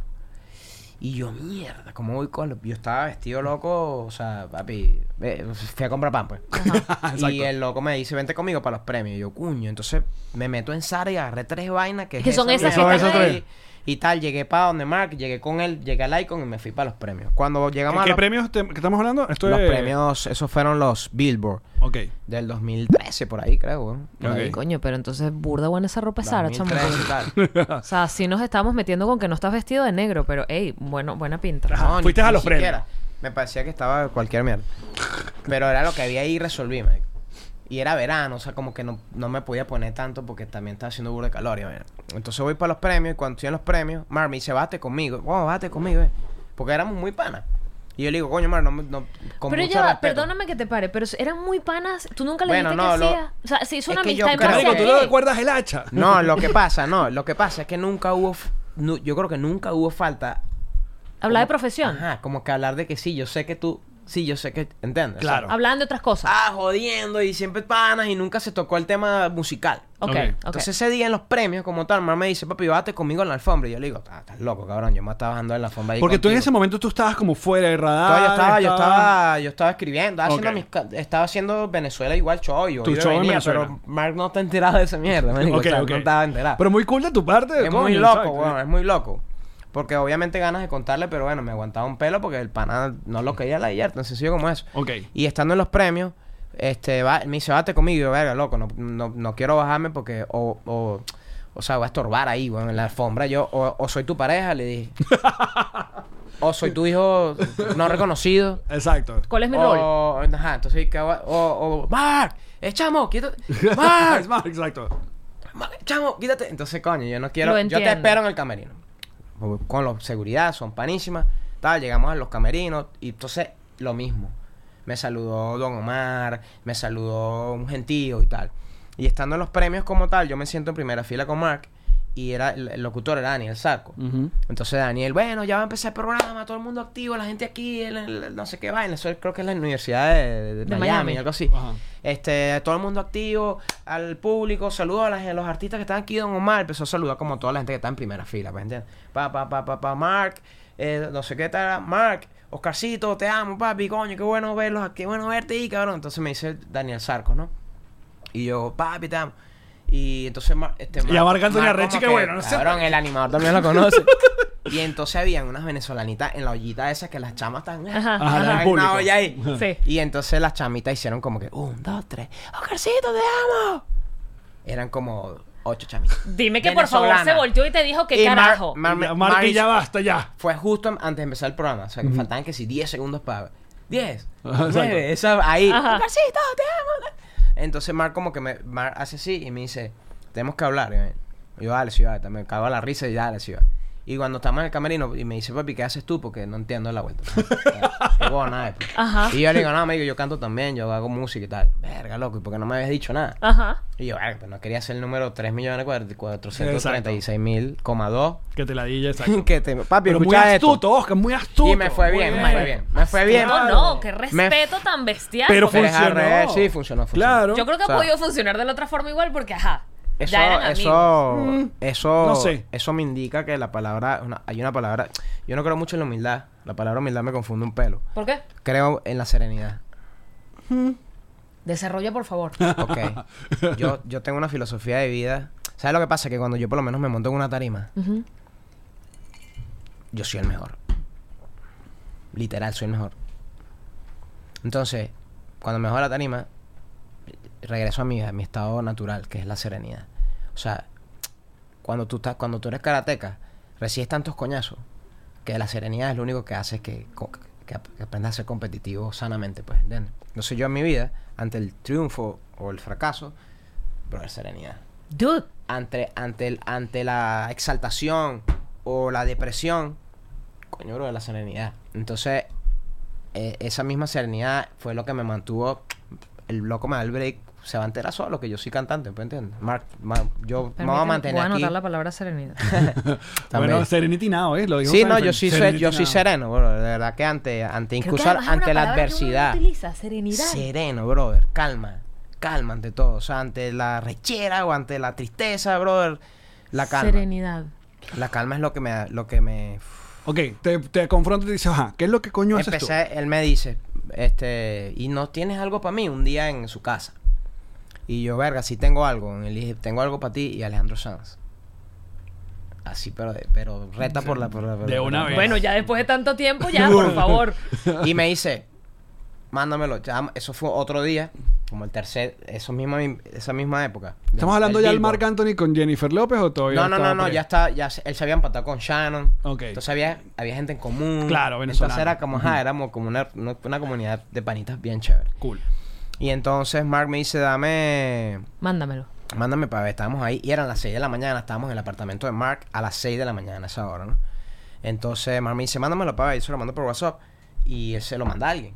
[SPEAKER 5] Y yo, mierda, ¿cómo voy con los...? Yo estaba vestido loco, o sea, papi, eh, fui a comprar pan, pues. y
[SPEAKER 3] Exacto.
[SPEAKER 5] el loco me dice, vente conmigo para los premios. Y yo, cuño, entonces me meto en Sara y agarré tres vainas que... es
[SPEAKER 4] Que son
[SPEAKER 5] esa
[SPEAKER 4] esas que
[SPEAKER 5] mierda
[SPEAKER 4] están
[SPEAKER 5] ahí.
[SPEAKER 4] ahí.
[SPEAKER 5] Y tal, llegué para donde Mark, llegué con él, llegué al Icon y me fui para los premios. Cuando llegamos a
[SPEAKER 3] ¿Qué
[SPEAKER 5] los,
[SPEAKER 3] premios te- que estamos hablando? Esto
[SPEAKER 5] los
[SPEAKER 3] es...
[SPEAKER 5] premios, esos fueron los Billboard
[SPEAKER 3] Ok.
[SPEAKER 5] del 2013, por ahí creo, weón. Por
[SPEAKER 3] Ok.
[SPEAKER 5] ahí.
[SPEAKER 4] Coño, pero entonces burda buena esa ropa es Sara, chamo.
[SPEAKER 5] 2013 y tal.
[SPEAKER 4] O sea, sí nos estamos metiendo con que no estás vestido de negro, pero ey, bueno, buena pinta.
[SPEAKER 3] Ajá,
[SPEAKER 5] No, ni-
[SPEAKER 3] fuiste a
[SPEAKER 5] ni
[SPEAKER 3] los premios.
[SPEAKER 5] siquiera. Me parecía que estaba cualquier mierda. Pero era lo que había ahí y resolví, marico. Y era verano, o sea, como que no, no me podía poner tanto porque también estaba haciendo burro de calor. y vaina. Entonces voy para los premios y cuando estoy en los premios, Mar me dice, bate conmigo. Wow, bate conmigo, eh. Porque éramos muy panas. Y yo le digo, coño, Mar, no, me- no con
[SPEAKER 4] pero
[SPEAKER 5] mucho
[SPEAKER 4] ya, va,
[SPEAKER 5] respeto".
[SPEAKER 4] perdóname que te pare, pero eran muy panas. ¿Tú nunca le
[SPEAKER 5] Bueno,
[SPEAKER 4] dijiste
[SPEAKER 5] no,
[SPEAKER 4] que
[SPEAKER 5] lo-
[SPEAKER 4] hacía? O sea, se hizo
[SPEAKER 5] Es
[SPEAKER 4] una
[SPEAKER 5] que yo
[SPEAKER 4] amistad en base a
[SPEAKER 5] creo-
[SPEAKER 3] Marico, ¿tú
[SPEAKER 4] qué?
[SPEAKER 3] no recuerdas el hacha?
[SPEAKER 5] No, lo que pasa, no, lo que pasa es que nunca hubo, f- nu- yo creo que nunca hubo falta.
[SPEAKER 4] Hablar de
[SPEAKER 5] como-
[SPEAKER 4] profesión.
[SPEAKER 5] Ajá, como que hablar de que sí, yo sé que tú, sí, yo sé que, ¿entiendes? O sea,
[SPEAKER 3] Claro.
[SPEAKER 4] Hablaban de otras cosas.
[SPEAKER 5] ah, jodiendo y siempre panas y nunca se tocó el tema musical.
[SPEAKER 4] ok,
[SPEAKER 3] ok.
[SPEAKER 4] ok.
[SPEAKER 5] Entonces ese día en los premios, como tal, mamá me dice, papi, bate conmigo en la alfombra. Y yo le digo, "Ah, estás loco, cabrón, yo me estaba bajando en la alfombra. ahí
[SPEAKER 3] Porque tú en ese
[SPEAKER 5] contigo".
[SPEAKER 3] momento tú estabas como fuera de radar.
[SPEAKER 5] No, yo estaba, yo
[SPEAKER 3] estabas-
[SPEAKER 5] estaba, yo estaba escribiendo, haciendo
[SPEAKER 3] Ok.
[SPEAKER 5] mis ca- estaba haciendo Venezuela igual show, yo
[SPEAKER 3] Tu
[SPEAKER 5] iba y
[SPEAKER 3] show en
[SPEAKER 5] venía,
[SPEAKER 3] Venezuela.
[SPEAKER 5] pero Mark no está enterado de esa mierda, marico,
[SPEAKER 3] Ok,
[SPEAKER 5] o sea,
[SPEAKER 3] ok.
[SPEAKER 5] no estaba enterado.
[SPEAKER 3] Pero muy cool de tu parte.
[SPEAKER 5] es
[SPEAKER 3] coño,
[SPEAKER 5] muy loco,
[SPEAKER 3] exacto.
[SPEAKER 5] weón, es muy loco. Porque obviamente ganas de contarle, pero bueno, me aguantaba un pelo porque el pana no lo quería la ayer, tan sencillo como eso.
[SPEAKER 3] Ok.
[SPEAKER 5] Y estando en los premios, este, va, me dice, bate conmigo. Y yo, verga, loco, no, no, no quiero bajarme porque o, o, o sea, voy a estorbar ahí, weón, en la alfombra. Yo, o, o soy tu pareja, le dije. o soy tu hijo no reconocido.
[SPEAKER 3] Exacto.
[SPEAKER 4] ¿Cuál es mi rol?
[SPEAKER 5] O, ajá, entonces, ¿qué hago? O, o, Mark, eh, chamo, quítate. Mark,
[SPEAKER 3] Es más, exacto.
[SPEAKER 5] Ma- Chamo, quítate. Entonces, coño, yo no quiero.
[SPEAKER 4] Lo
[SPEAKER 5] Yo te
[SPEAKER 4] entiendo.
[SPEAKER 5] espero en el camerino. Con la seguridad, son panísimas. Tal, llegamos a los camerinos y entonces lo mismo. Me saludó Don Omar, me saludó un gentío y tal. Y estando en los premios como tal, yo me siento en primera fila con Mark y era el, el locutor era Daniel Saco.
[SPEAKER 3] Ujú.
[SPEAKER 5] Entonces Daniel, bueno, ya va a empezar el programa, todo el mundo activo, la gente aquí, el- el- el no sé qué vaina, eso creo que es la Universidad de, de
[SPEAKER 4] De
[SPEAKER 5] Miami,
[SPEAKER 4] Miami.
[SPEAKER 5] algo así.
[SPEAKER 3] Ajá.
[SPEAKER 5] Este, todo el mundo activo, al público, saludos a, las- a los artistas que están aquí, Don Omar, empezó a saludar como toda la gente que está en primera fila, pues, ¿entiendes? Pa, pa, pa, pa, pa, Mark, eh, no sé qué tal, Mark, Oscarcito, te amo, papi, coño, qué bueno verlos, aquí, qué bueno verte ahí, cabrón. Entonces me dice Daniel Sarco, ¿no? Y yo, papi, te amo. Y entonces, Mar- este,
[SPEAKER 3] Y a Marc Anthony
[SPEAKER 5] Marc
[SPEAKER 3] Arrechi,
[SPEAKER 5] como
[SPEAKER 3] que bueno, no sé.
[SPEAKER 5] Cabrón, el animador también lo conoce. y entonces habían unas venezolanitas en la ollita esa que las chamas están.
[SPEAKER 4] Ajá.
[SPEAKER 3] Ajá, la del
[SPEAKER 5] Hay
[SPEAKER 3] público.
[SPEAKER 5] una olla ahí.
[SPEAKER 4] Sí.
[SPEAKER 5] Y entonces las chamitas hicieron como que, un, dos, tres, Oscarcito, te amo. Eran como ocho chamitas.
[SPEAKER 4] Dime que por favor se
[SPEAKER 5] Venezolana.
[SPEAKER 4] volteó y te dijo que
[SPEAKER 5] Y Mar-
[SPEAKER 4] carajo.
[SPEAKER 5] Mar-
[SPEAKER 3] Ya,
[SPEAKER 5] Mar-
[SPEAKER 3] Mark,
[SPEAKER 5] Mar-
[SPEAKER 3] ya basta, ya.
[SPEAKER 5] Fue justo antes de empezar el programa. O sea, que faltaban que si 10 segundos para. 10,
[SPEAKER 3] Ajá, exacto.
[SPEAKER 5] 9, esa, ahí.
[SPEAKER 4] Ajá.
[SPEAKER 5] Oscarcito, te amo. Entonces Mar como que me Mar hace así y me dice, tenemos que hablar. Y me- yo, dale, sí, va. Me cago a la risa y dale, sí, va. Y cuando estamos en el camerino y me dice, papi, ¿qué haces tú? Porque no entiendo la vuelta. Qué huevo, nada, pues.
[SPEAKER 4] Ajá.
[SPEAKER 5] Y yo le digo, no, amigo, yo canto también, yo hago música y tal. Verga, loco, ¿y por qué no me habías dicho nada?
[SPEAKER 4] Ajá.
[SPEAKER 5] Y yo, verga, pero no quería ser el número 3.436.000,2
[SPEAKER 3] Que te la dilla, exacto.
[SPEAKER 5] que te, papi,
[SPEAKER 3] Pero muy
[SPEAKER 5] escucha esto.
[SPEAKER 3] astuto, Oscar, muy astuto.
[SPEAKER 5] Y me fue
[SPEAKER 3] Muy
[SPEAKER 5] bien, me fue bien. Me fue bien.
[SPEAKER 4] No, no, Oh, qué
[SPEAKER 5] Me-
[SPEAKER 4] respeto tan bestial.
[SPEAKER 3] Pero
[SPEAKER 4] porque-
[SPEAKER 5] Pero es al
[SPEAKER 3] funcionó.
[SPEAKER 5] revés, sí, funcionó, funcionó.
[SPEAKER 3] Claro.
[SPEAKER 4] yo creo que
[SPEAKER 5] o sea,
[SPEAKER 4] ha podido funcionar de la otra forma igual porque, ajá,
[SPEAKER 5] Eso,
[SPEAKER 4] ya eran amigos.
[SPEAKER 5] eso, eso,
[SPEAKER 3] Mm. no sé.
[SPEAKER 5] eso me indica que la palabra, una- hay una palabra, yo no creo mucho en la humildad, la palabra humildad me confunde un pelo,
[SPEAKER 4] ¿Por qué?
[SPEAKER 5] creo en la serenidad,
[SPEAKER 4] Desarrolla, por favor.
[SPEAKER 5] ok, yo, yo tengo una filosofía de vida, ¿sabes lo que pasa? Que cuando yo por lo menos me monto en una tarima,
[SPEAKER 4] Ujú.
[SPEAKER 5] yo soy el mejor. Literal, soy el mejor. Entonces, cuando me bajo de la tarima, regreso a mi, a mi estado natural, que es la serenidad. O sea, cuando tú, estás, cuando tú eres karateca, recibes tantos coñazos que la serenidad es lo único que hace es que, co- que, ap- que aprendas a ser competitivo sanamente, pues, ¿entiendes? Entonces yo en mi vida, ante el triunfo o el fracaso, pero es serenidad
[SPEAKER 4] Dude.
[SPEAKER 5] ante, ante, el- ante la exaltación o la depresión, coño, bro, de la serenidad. Entonces, eh, esa misma serenidad fue lo que me mantuvo. El loco me da el break. Se va a enterar solo que yo soy cantante, ¿me entiendes? Mark, ma- yo me voy
[SPEAKER 4] Permíteme,
[SPEAKER 5] a
[SPEAKER 4] Voy
[SPEAKER 5] mantener
[SPEAKER 4] a
[SPEAKER 5] aquí.
[SPEAKER 4] anotar la palabra serenidad.
[SPEAKER 5] también.
[SPEAKER 3] Bueno, Serenity Now, ¿eh? Lo dijo
[SPEAKER 5] Sí, no,
[SPEAKER 3] Seinfeld.
[SPEAKER 5] yo sí soy,
[SPEAKER 3] Serenity
[SPEAKER 5] yo soy
[SPEAKER 3] Now.
[SPEAKER 5] sereno, bro. De verdad que ante,
[SPEAKER 4] Creo
[SPEAKER 5] ante
[SPEAKER 4] que
[SPEAKER 5] incluso
[SPEAKER 4] además es una
[SPEAKER 5] ante la
[SPEAKER 4] palabra que uno no
[SPEAKER 5] adversidad.
[SPEAKER 4] utiliza, serenidad.
[SPEAKER 5] Sereno, brother. Calma. Calma ante todo. O sea, ante la rechera o ante la tristeza, brother. La calma.
[SPEAKER 4] Serenidad.
[SPEAKER 5] La calma es lo que me... da- Lo que me
[SPEAKER 3] Ok, te, te confronta y te dice, ajá, ¿qué es lo que coño haces tú?
[SPEAKER 5] Empecé, él me dice, este, y no tienes algo para mí un día en su casa. Y yo, verga, sí tengo algo. Y le dije, tengo algo para ti y Alejandro Sanz. Así, pero, pero reta por la... Por la- por
[SPEAKER 3] De
[SPEAKER 5] la-
[SPEAKER 3] una vez.
[SPEAKER 4] Bueno, ya después de tanto tiempo, ya, por favor.
[SPEAKER 5] Y me dice, mándamelo. Ya, Eso fue otro día, como el tercer, eso misma, esa misma época.
[SPEAKER 3] ¿Estamos hablando
[SPEAKER 5] El
[SPEAKER 3] ya del
[SPEAKER 5] Billboard.
[SPEAKER 3] Marc Anthony con Jennifer López o todavía
[SPEAKER 5] No, no,
[SPEAKER 3] estaba
[SPEAKER 5] no, no,
[SPEAKER 3] por ahí?
[SPEAKER 5] ya está, ya se- él se había empatado con Shannon.
[SPEAKER 3] Ok.
[SPEAKER 5] Entonces había, había gente en común.
[SPEAKER 3] Claro, venezolano.
[SPEAKER 5] Entonces era como, ajá, éramos como una, una- una comunidad de panitas bien chévere.
[SPEAKER 3] Cool.
[SPEAKER 5] Y entonces Mark me dice, dame,
[SPEAKER 4] Mándamelo.
[SPEAKER 5] mándame para ver, estábamos ahí. Y eran las 6 de la mañana, estábamos en el apartamento de Mark a las 6 de la mañana, a esa hora, ¿no? Entonces Mark me dice, mándamelo para ver, yo se lo mando por WhatsApp. Y él se lo manda a alguien.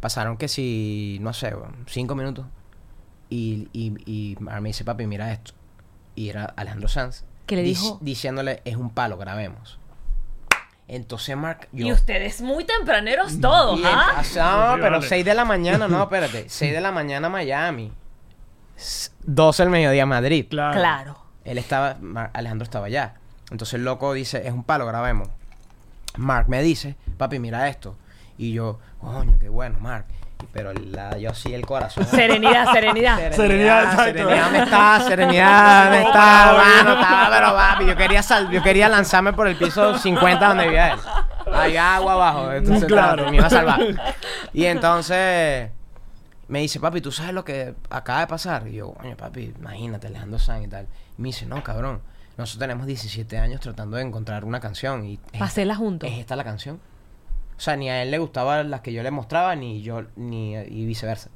[SPEAKER 5] Pasaron que si, no sé, 5 minutos. Y, y, y Mark me dice, papi, mira esto. Y era Alejandro Sanz.
[SPEAKER 4] ¿Qué le
[SPEAKER 5] dic-
[SPEAKER 4] dijo?
[SPEAKER 5] Diciéndole, es un palo, grabemos. Entonces Mark, yo...
[SPEAKER 4] Y ustedes muy tempraneros todos,
[SPEAKER 5] Y
[SPEAKER 4] ¿ah?
[SPEAKER 5] el- ah,
[SPEAKER 3] Sí,
[SPEAKER 5] pero
[SPEAKER 3] vale.
[SPEAKER 5] 6 de la mañana, no, espérate. 6 de la mañana Miami. S- 12 del mediodía Madrid.
[SPEAKER 3] Claro.
[SPEAKER 4] Claro.
[SPEAKER 5] Él estaba, Mar- Alejandro estaba allá. Entonces el loco dice, es un palo, grabemos. Mark me dice, papi, mira esto. Y yo, coño, qué bueno, Mark. Y- Pero la, yo sí el corazón.
[SPEAKER 4] Serenidad, serenidad.
[SPEAKER 3] Serenidad, exacto.
[SPEAKER 5] Ah, serenidad, ¿dónde está? Serenidad, ¿dónde está? Mano, estaba, pero papi, yo quería, sal- yo quería lanzarme por el piso 50 donde vivía él. Hay agua abajo, entonces
[SPEAKER 3] Claro.
[SPEAKER 5] claro. me iba a salvar. Y entonces me dice, papi, ¿tú sabes lo que acaba de pasar? Y yo, coño, papi, imagínate, Alejandro Sanz y tal. Y me dice, no, cabrón, nosotros tenemos 17 años tratando de encontrar una canción. Y es-
[SPEAKER 4] Pa' hacerla juntos.
[SPEAKER 5] ¿Es esta la canción? O sea, ni a él le gustaban las que yo le mostraba, ni yo, ni y viceversa.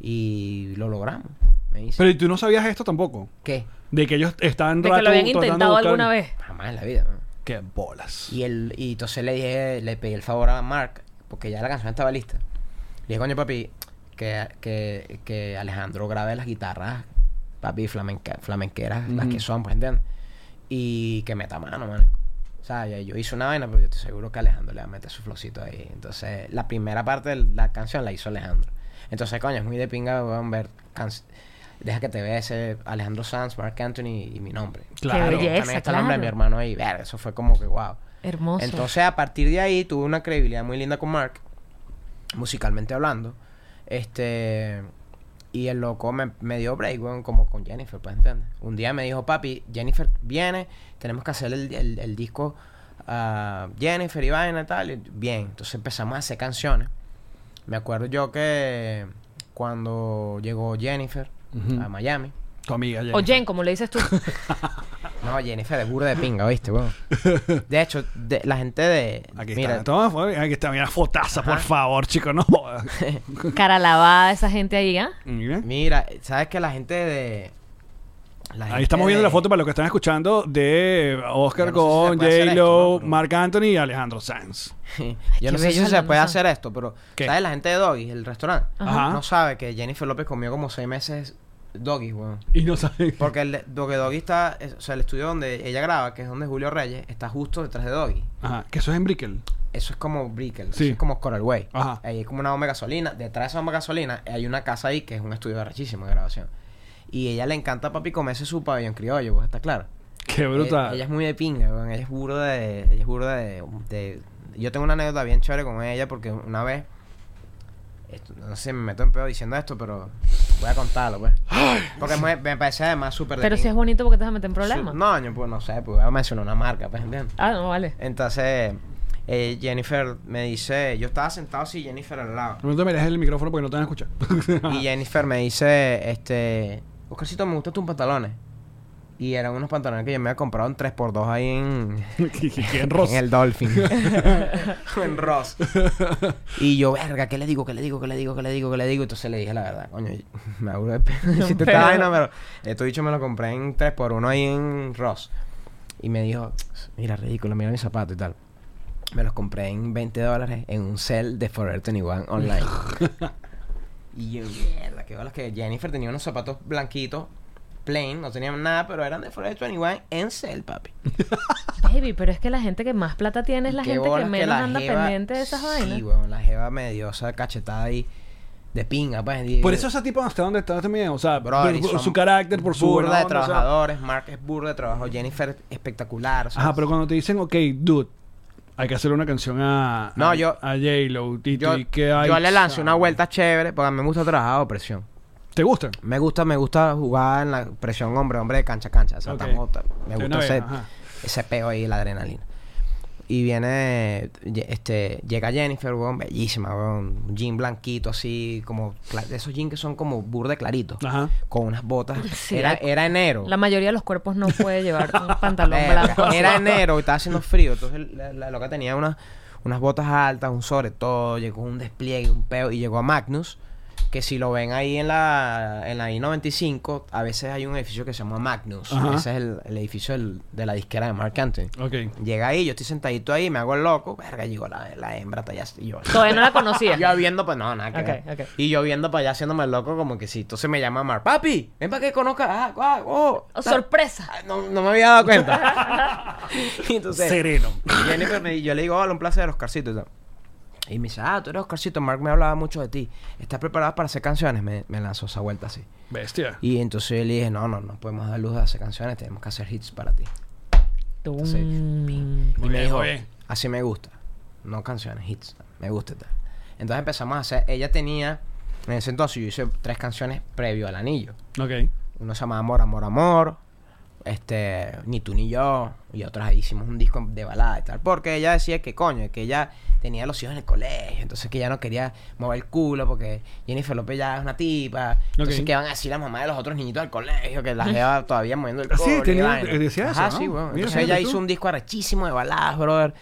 [SPEAKER 5] Y lo logramos. Me dice,
[SPEAKER 3] Pero ¿y tú no sabías esto tampoco?
[SPEAKER 5] ¿qué?
[SPEAKER 3] De que ellos estaban
[SPEAKER 4] De que
[SPEAKER 3] rato
[SPEAKER 4] lo habían
[SPEAKER 3] tratando de
[SPEAKER 4] intentado
[SPEAKER 3] buscar-
[SPEAKER 4] alguna vez.
[SPEAKER 5] Jamás en la vida. ¿no?
[SPEAKER 3] Qué bolas.
[SPEAKER 5] Y, él, y entonces le dije, le pedí el favor a Mark, porque ya la canción estaba lista. Le dije, coño, papi, que, que, que Alejandro grabe las guitarras, papi, flamenca, flamenqueras, las que son, pues, ¿entiendes? y que meta mano, man. O sea, ya yo hice una vaina, pero yo estoy seguro que Alejandro le va a meter su flowcito ahí. Entonces, la primera parte de la canción la hizo Alejandro. Entonces, coño, es muy de pinga, weón, ver. can- Deja que te vea ese Alejandro Sanz, Mark Anthony y mi nombre.
[SPEAKER 3] Claro. Qué
[SPEAKER 4] belleza,
[SPEAKER 5] También está el nombre de mi
[SPEAKER 4] claro.
[SPEAKER 5] hermano ahí. Verga, eso fue como que wow.
[SPEAKER 4] Hermoso.
[SPEAKER 5] Entonces, a partir de ahí, tuve una credibilidad muy linda con Mark, musicalmente hablando. Este. Y el loco me, me dio break, weón, como con Jennifer, pues entiendes. Un día me dijo, papi, Jennifer viene, tenemos que hacer el, el- el disco a Jennifer y vaina y tal. Y- Bien, entonces empezamos a hacer canciones. Me acuerdo yo que cuando llegó Jennifer a Miami.
[SPEAKER 3] Tu amiga Jennifer.
[SPEAKER 4] o Jen, como le dices tú.
[SPEAKER 5] No, Jennifer es burda de pinga, ¿viste, weón? De hecho, de- la gente de.
[SPEAKER 3] Aquí
[SPEAKER 5] mira,
[SPEAKER 3] está. Toma, fue- aquí está. Mira, fotaza, por favor, chico. No jodas.
[SPEAKER 4] Cara lavada esa gente ahí, ¿ah?
[SPEAKER 3] Mira.
[SPEAKER 5] Mira, sabes que la gente de. la gente
[SPEAKER 3] Ahí estamos viendo
[SPEAKER 5] este
[SPEAKER 3] la
[SPEAKER 5] de-
[SPEAKER 3] foto para los que están escuchando de Oscar
[SPEAKER 5] Ya no sé si
[SPEAKER 3] con
[SPEAKER 5] se puede hacer
[SPEAKER 3] J-Lo,
[SPEAKER 5] esto, ¿no? Pero-
[SPEAKER 3] Marc Anthony y Alejandro Sanz.
[SPEAKER 5] Yo no
[SPEAKER 4] qué
[SPEAKER 5] sé
[SPEAKER 4] bello
[SPEAKER 5] si se
[SPEAKER 4] Alejandro
[SPEAKER 5] puede
[SPEAKER 4] Sanz.
[SPEAKER 5] hacer esto, pero.
[SPEAKER 3] ¿Qué?
[SPEAKER 5] ¿Sabes? La gente de Doggy, el restaurante.
[SPEAKER 3] Ajá.
[SPEAKER 5] No sabe que Jennifer López comió como seis meses Doggy, weón.
[SPEAKER 3] Y no saben.
[SPEAKER 5] Porque el, porque Doggy está. es- o sea, el estudio donde ella graba, que es donde Julio Reyes, está justo detrás de Doggy.
[SPEAKER 3] Ajá, que eso es en Brickell.
[SPEAKER 5] Eso es como Brickell,
[SPEAKER 3] Sí.
[SPEAKER 5] eso es como Coral Way.
[SPEAKER 3] Ajá.
[SPEAKER 5] Ahí es como una bomba de gasolina. Detrás de esa bomba de gasolina hay una casa ahí que es un estudio rechísimo de grabación. Y ella le encanta a papi comerse su pabellón criollo, pues está claro.
[SPEAKER 3] Qué brutal.
[SPEAKER 5] Eh, ella es muy de pinga, weón. Ella es burda de... Ella es burda de, de- Yo tengo una anécdota bien chévere con ella porque una vez... esto- no sé, me meto en pedo diciendo esto, pero voy a contarlo, pues. Porque es muy- me parece además súper de
[SPEAKER 4] Pero si
[SPEAKER 5] pinga.
[SPEAKER 4] es bonito porque te vas a meter en problemas.
[SPEAKER 5] Su- No, yo, pues no sé, pues voy a mencionar una marca, pues, ¿entiendes?
[SPEAKER 4] Ah, no, vale.
[SPEAKER 5] Entonces, eh, Jennifer me dice... Yo estaba sentado así, Jennifer al lado.
[SPEAKER 3] No te mereces el micrófono porque no te van a escuchar.
[SPEAKER 5] Y Jennifer me dice, este, Oscarcito, me gustan tus pantalones. Y eran unos pantalones que yo me había comprado en 3x2 ahí en,
[SPEAKER 3] en Ross.
[SPEAKER 5] en el Dolphin. en Ross. Y yo, verga, ¿qué le digo? ¿Qué le digo? ¿Qué le digo? ¿Qué le digo? ¿Qué le digo? Entonces le dije la verdad, coño, me aburro de pedo. Si te
[SPEAKER 4] Pero-
[SPEAKER 5] estaba vaina, pero esto dicho me lo compré en 3x1 ahí en Ross. Y me dijo, mira, ridículo, mira mis zapatos y tal. Me los compré en 20 dólares en un sell de Forever 21 online. y yo, mierda, qué bolas que Jennifer tenía unos zapatos blanquitos, plain, no tenían nada, pero eran de Forever 21 en sell, papi.
[SPEAKER 4] Baby, pero es que la gente que más plata tiene es la
[SPEAKER 5] Qué
[SPEAKER 4] gente que
[SPEAKER 5] bolas
[SPEAKER 4] menos
[SPEAKER 5] la
[SPEAKER 4] anda
[SPEAKER 5] jeva-
[SPEAKER 4] pendiente de esas vainas.
[SPEAKER 5] Sí, weón, la jeva me dio esa cachetada ahí de pinga, pues. y-
[SPEAKER 3] Por eso ese tipo hasta donde está también. O sea,
[SPEAKER 5] Brother,
[SPEAKER 3] por,
[SPEAKER 5] y
[SPEAKER 3] por
[SPEAKER 5] son
[SPEAKER 3] su carácter, por su
[SPEAKER 5] burda
[SPEAKER 3] buena
[SPEAKER 5] de
[SPEAKER 3] onda, o sea.
[SPEAKER 5] trabajadores, Mark es burda de trabajo, Jennifer espectacular. o sea,
[SPEAKER 3] Ajá, pero cuando te dicen, ok, dude, hay que hacerle una canción a, a-
[SPEAKER 5] No, yo-
[SPEAKER 3] a J-Lo, y tú,
[SPEAKER 5] yo,
[SPEAKER 3] y que hay-
[SPEAKER 5] yo le lancé una vuelta chévere porque a mí me gusta trabajar bajo presión.
[SPEAKER 3] ¿Te gusta?
[SPEAKER 5] Me gusta, me gusta jugar en la presión hombre, hombre de cancha a cancha. O sea,
[SPEAKER 3] Ok.
[SPEAKER 5] estamos-
[SPEAKER 3] De
[SPEAKER 5] me gusta
[SPEAKER 3] una vez,
[SPEAKER 5] ese,
[SPEAKER 3] ajá.
[SPEAKER 5] ese peo ahí, la adrenalina. Y viene, ye- este, llega Jennifer, weón, bellísima, weón, un jean blanquito así, como, cla- de esos jeans que son como burde claritos,
[SPEAKER 3] Ajá.
[SPEAKER 5] con unas botas.
[SPEAKER 4] Sí,
[SPEAKER 5] era,
[SPEAKER 4] la-
[SPEAKER 5] era enero.
[SPEAKER 4] La mayoría de los cuerpos no puede llevar un pantalón
[SPEAKER 5] Verga,
[SPEAKER 4] blanco.
[SPEAKER 5] Era enero y estaba haciendo frío. Entonces la, la loca tenía unas unas botas altas, un sobre todo, llegó un despliegue, un peo, y llegó a Magnus. Que si lo ven ahí en la, en la I-95, a veces hay un edificio que se llama Magnus.
[SPEAKER 3] Ajá.
[SPEAKER 5] Ese es el, el edificio del- de la disquera de Mark Anthony.
[SPEAKER 3] Ok.
[SPEAKER 5] Llega ahí, yo estoy sentadito ahí, me hago el loco. Verga, llegó la, la hembra, talla así, y yo.
[SPEAKER 4] Todavía no la conocía.
[SPEAKER 5] Yo viendo, pues no, nada que
[SPEAKER 4] Ok,
[SPEAKER 5] ver.
[SPEAKER 4] ok.
[SPEAKER 5] Y yo viendo para allá haciéndome el loco, como que sí. Entonces me llama Mark, papi, ven para que conozca. Ah, ah, oh,
[SPEAKER 4] Oh, sorpresa.
[SPEAKER 5] Ay, No, no me había dado cuenta. y entonces,
[SPEAKER 3] Sereno.
[SPEAKER 5] Jennifer me- yo le digo, hola, un placer, Oscarcito. Y, tal. Y me dice, ah, tú eres Oscarcito, Mark me hablaba mucho de ti. ¿Estás preparada para hacer canciones? Me, me lanzó esa vuelta así.
[SPEAKER 3] Bestia.
[SPEAKER 5] Y entonces yo le dije, no, no, no podemos dar luz a hacer canciones, tenemos que hacer hits para ti.
[SPEAKER 4] Tum.
[SPEAKER 3] Mm. Muy
[SPEAKER 5] y me
[SPEAKER 3] bien,
[SPEAKER 5] dijo,
[SPEAKER 3] muy bien.
[SPEAKER 5] así me gusta. No canciones, hits. Me gusta y tal. Entonces empezamos a hacer, ella tenía, en ese entonces yo hice tres canciones previo al anillo.
[SPEAKER 3] Ok.
[SPEAKER 5] Uno se llamaba Amor, Amor, Amor. Este, ni tú ni yo. Y otras ahí hicimos un disco de balada y tal. Porque ella decía que coño, que ella tenía los hijos en el colegio. Entonces que ella no quería mover el culo porque Jennifer López ya es una tipa. Entonces
[SPEAKER 3] Ok.
[SPEAKER 5] que van a decir la mamá de los otros niñitos del colegio que las lleva todavía moviendo el
[SPEAKER 3] Ah,
[SPEAKER 5] culo.
[SPEAKER 3] sí,
[SPEAKER 5] y
[SPEAKER 3] tenía-
[SPEAKER 5] vaina.
[SPEAKER 3] eh, decía eso,
[SPEAKER 5] Ajá,
[SPEAKER 3] ¿no?
[SPEAKER 5] sí, bueno.
[SPEAKER 3] Mira,
[SPEAKER 5] Entonces ella
[SPEAKER 3] fíjate tú.
[SPEAKER 5] hizo un disco arrechísimo de baladas, brother.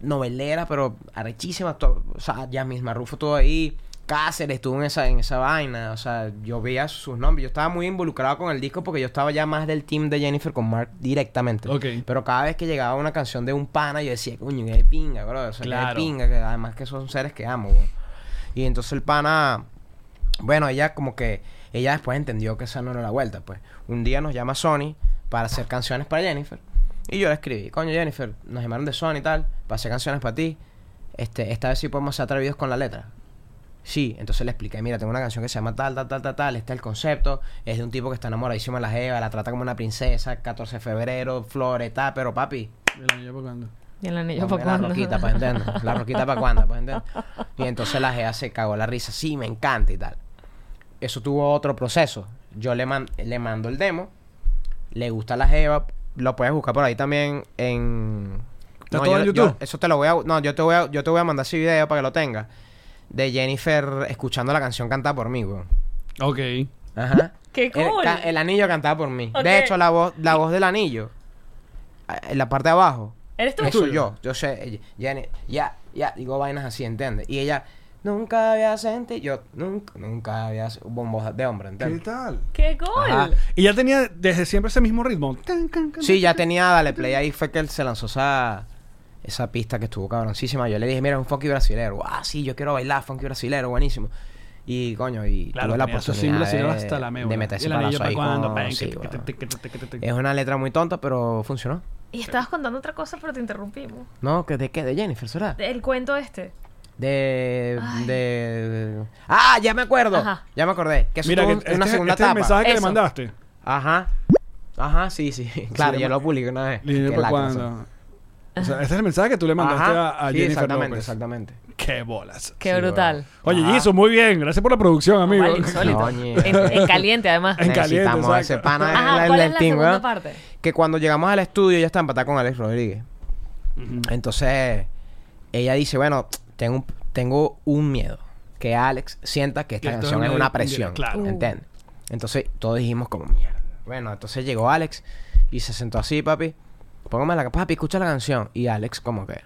[SPEAKER 5] Novelera, pero arrechísima. to- O sea, ya misma Rufo todo ahí. Cáceres estuvo en esa, en esa vaina. O sea, yo veía sus nombres. Yo estaba muy involucrado con el disco porque yo estaba ya más del team de Jennifer con Mark directamente.
[SPEAKER 3] Ok.
[SPEAKER 5] Pero cada vez que llegaba una canción de un pana, yo decía, coño, qué de pinga, bro. O sea, qué de
[SPEAKER 3] Claro.
[SPEAKER 5] pinga. Que además que son seres que amo, bro. Y entonces el pana. Bueno, ella como que ella después entendió que esa no era la vuelta, pues. Un día nos llama Sony para hacer canciones para Jennifer Y yo la escribí. Coño, Jennifer, nos llamaron de Sony y tal. Para hacer canciones para ti. Este, esta vez sí podemos hacer atrevidos con la letra. Sí, entonces le expliqué, mira, tengo una canción que se llama tal, tal, tal, tal, tal, está el concepto, es de un tipo que está enamoradísimo de la jeva, la trata como una princesa, 14 de febrero, flores, tal, pero papi,
[SPEAKER 3] El anillo para cuando.
[SPEAKER 4] Y el anillo
[SPEAKER 5] Ponme
[SPEAKER 4] para
[SPEAKER 5] La
[SPEAKER 4] cuando.
[SPEAKER 5] roquita, para entender. La roquita para cuando, pues entender. Y entonces la GEA se cagó la risa. Sí, me encanta y tal. Eso tuvo otro proceso. Yo le, man- le mando el demo. Le gusta la GEA. Lo puedes buscar por ahí también en.
[SPEAKER 3] ¿Está todo en
[SPEAKER 5] yo-
[SPEAKER 3] YouTube?
[SPEAKER 5] yo- eso te lo voy a. No, yo te voy a, yo te voy a mandar ese video para que lo tengas. De Jennifer escuchando la canción cantada por mí, weón.
[SPEAKER 3] Ok.
[SPEAKER 5] Ajá.
[SPEAKER 4] ¡Qué
[SPEAKER 5] El,
[SPEAKER 4] cool!
[SPEAKER 5] ca- el anillo cantaba por mí.
[SPEAKER 4] Ok.
[SPEAKER 5] De hecho, la voz, la voz del anillo, ah, en la parte de abajo,
[SPEAKER 4] ¿Eres tú?
[SPEAKER 5] eso yo. Yo sé, ella- Jenny, ya, ya, digo vainas así, ¿entiendes? Y ella, nunca había sentido, yo, nunca, nunca había s- bombos de hombre,
[SPEAKER 3] ¿Qué
[SPEAKER 5] ¿entiendes?
[SPEAKER 3] tal?
[SPEAKER 4] ¡Qué cool!
[SPEAKER 5] Ajá.
[SPEAKER 3] Y ya tenía desde siempre ese mismo ritmo. Tan, can, can,
[SPEAKER 5] Ah. Sí, ya tenía Dale Play, ahí fue que él se lanzó esa, esa pista que estuvo cabroncísima. Yo le dije, mira, es un funky brasilero. Ah, sí, yo quiero bailar funky brasilero, buenísimo. Y, coño, y
[SPEAKER 3] Claro,
[SPEAKER 5] tuve la
[SPEAKER 3] tenía su
[SPEAKER 5] oportunidad
[SPEAKER 3] single,
[SPEAKER 5] de,
[SPEAKER 3] hasta la médula.
[SPEAKER 5] de meter ese
[SPEAKER 3] El anillo
[SPEAKER 5] palazo ahí
[SPEAKER 3] para cuando,
[SPEAKER 5] con-
[SPEAKER 3] pen,
[SPEAKER 5] sí,
[SPEAKER 3] que-
[SPEAKER 5] bro.
[SPEAKER 3] que- que- que- que- que- que-
[SPEAKER 5] Es una letra muy tonta, pero funcionó.
[SPEAKER 4] Y estabas contando otra cosa, pero te interrumpimos.
[SPEAKER 5] ¿No? ¿que ¿De qué? ¿De Jennifer, será?
[SPEAKER 4] El cuento este.
[SPEAKER 5] De,
[SPEAKER 4] Ay.
[SPEAKER 5] de... ¡Ah! Ya me acuerdo.
[SPEAKER 4] Ajá.
[SPEAKER 5] Ya me acordé. Que eso
[SPEAKER 3] Mira,
[SPEAKER 5] tuvo
[SPEAKER 3] que
[SPEAKER 5] un-
[SPEAKER 3] este,
[SPEAKER 5] una
[SPEAKER 3] este
[SPEAKER 5] segunda
[SPEAKER 3] es el
[SPEAKER 5] etapa.
[SPEAKER 3] mensaje que le
[SPEAKER 4] Eso.
[SPEAKER 3] mandaste.
[SPEAKER 5] Ajá. Ajá, sí, sí. Claro, yo lo publiqué una vez.
[SPEAKER 3] Línea
[SPEAKER 5] Qué
[SPEAKER 3] para
[SPEAKER 5] lacra, eso.
[SPEAKER 3] cuando. O sea, ese es el mensaje que tú le mandaste a,
[SPEAKER 5] Ajá.
[SPEAKER 3] a
[SPEAKER 5] Sí,
[SPEAKER 3] Jennifer
[SPEAKER 5] exactamente,
[SPEAKER 3] López.
[SPEAKER 5] exactamente.
[SPEAKER 3] Qué bolas.
[SPEAKER 4] ¡Qué
[SPEAKER 5] Sí,
[SPEAKER 4] brutal!
[SPEAKER 5] bueno.
[SPEAKER 3] Oye,
[SPEAKER 5] Ajá.
[SPEAKER 3] Giso, muy bien. Gracias por la producción, amigo.
[SPEAKER 4] Vale, insólito.
[SPEAKER 5] Coño.
[SPEAKER 4] En, en caliente, además.
[SPEAKER 3] En caliente,
[SPEAKER 5] Necesitamos a ese
[SPEAKER 3] exacto.
[SPEAKER 5] pana del-
[SPEAKER 4] Ajá,
[SPEAKER 5] Ah, del
[SPEAKER 4] ¿cuál es la
[SPEAKER 5] team,
[SPEAKER 4] segunda
[SPEAKER 5] ¿verdad?
[SPEAKER 4] parte?
[SPEAKER 5] Que cuando llegamos al estudio ya está empatada con Alex Rodríguez. Entonces, ella dice, bueno, tengo un, tengo un miedo. Que Alex sienta que esta
[SPEAKER 3] Que esto
[SPEAKER 5] canción
[SPEAKER 3] es
[SPEAKER 5] es
[SPEAKER 3] una-
[SPEAKER 5] una, presión.
[SPEAKER 3] claro.
[SPEAKER 5] ¿Entiendes? Entonces, todos dijimos como mierda. Bueno, entonces llegó Alex y se sentó así, papi. Póngame la... Papi, escucha la canción. Y Alex como que...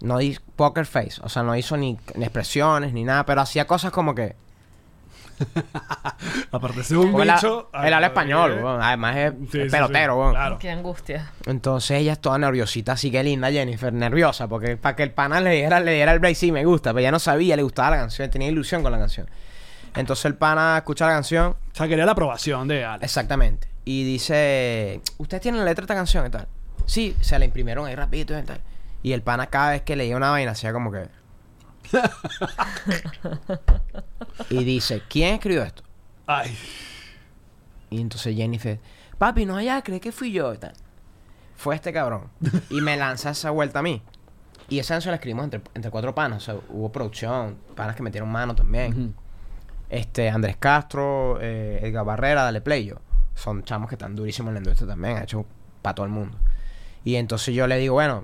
[SPEAKER 5] No hizo poker face. O sea, no hizo ni, ni expresiones ni nada. Pero hacía cosas como que...
[SPEAKER 3] Aparte, ese es un
[SPEAKER 5] Porque él ha-
[SPEAKER 3] bicho.
[SPEAKER 5] él habla
[SPEAKER 3] ah,
[SPEAKER 5] español,
[SPEAKER 3] eh,
[SPEAKER 5] weón. Además es
[SPEAKER 3] sí, sí, sí,
[SPEAKER 5] pelotero, weón.
[SPEAKER 3] Claro.
[SPEAKER 4] ¡Qué angustia!
[SPEAKER 5] Entonces ella es toda nerviosita, así que linda Jennifer, nerviosa, porque para que el pana le diera, le diera el break, sí, me gusta, pero ella no sabía, le gustaba la canción, tenía ilusión con la canción. Entonces el pana escucha la canción,
[SPEAKER 3] O sea, quería la aprobación de Alex.
[SPEAKER 5] exactamente, y dice, ¿ustedes tienen la letra de esta canción y tal? Sí, se la imprimieron ahí rapidito y tal. Y el pana cada vez que leía una vaina hacía como que... y dice, ¿quién escribió esto?
[SPEAKER 3] Ay.
[SPEAKER 5] Y entonces Jennifer, papi, no allá, crees que fui yo y tal. Fue este cabrón. Y me lanza esa vuelta a mí. Y esa canción la escribimos entre, entre cuatro panas. O sea, hubo producción, panas que metieron mano también. Este, Andrés Castro, eh, Edgar Barrera, Dale Play yo. Son chamos que están durísimos en la industria también. Ha hecho para todo el mundo. Y entonces yo le digo, bueno,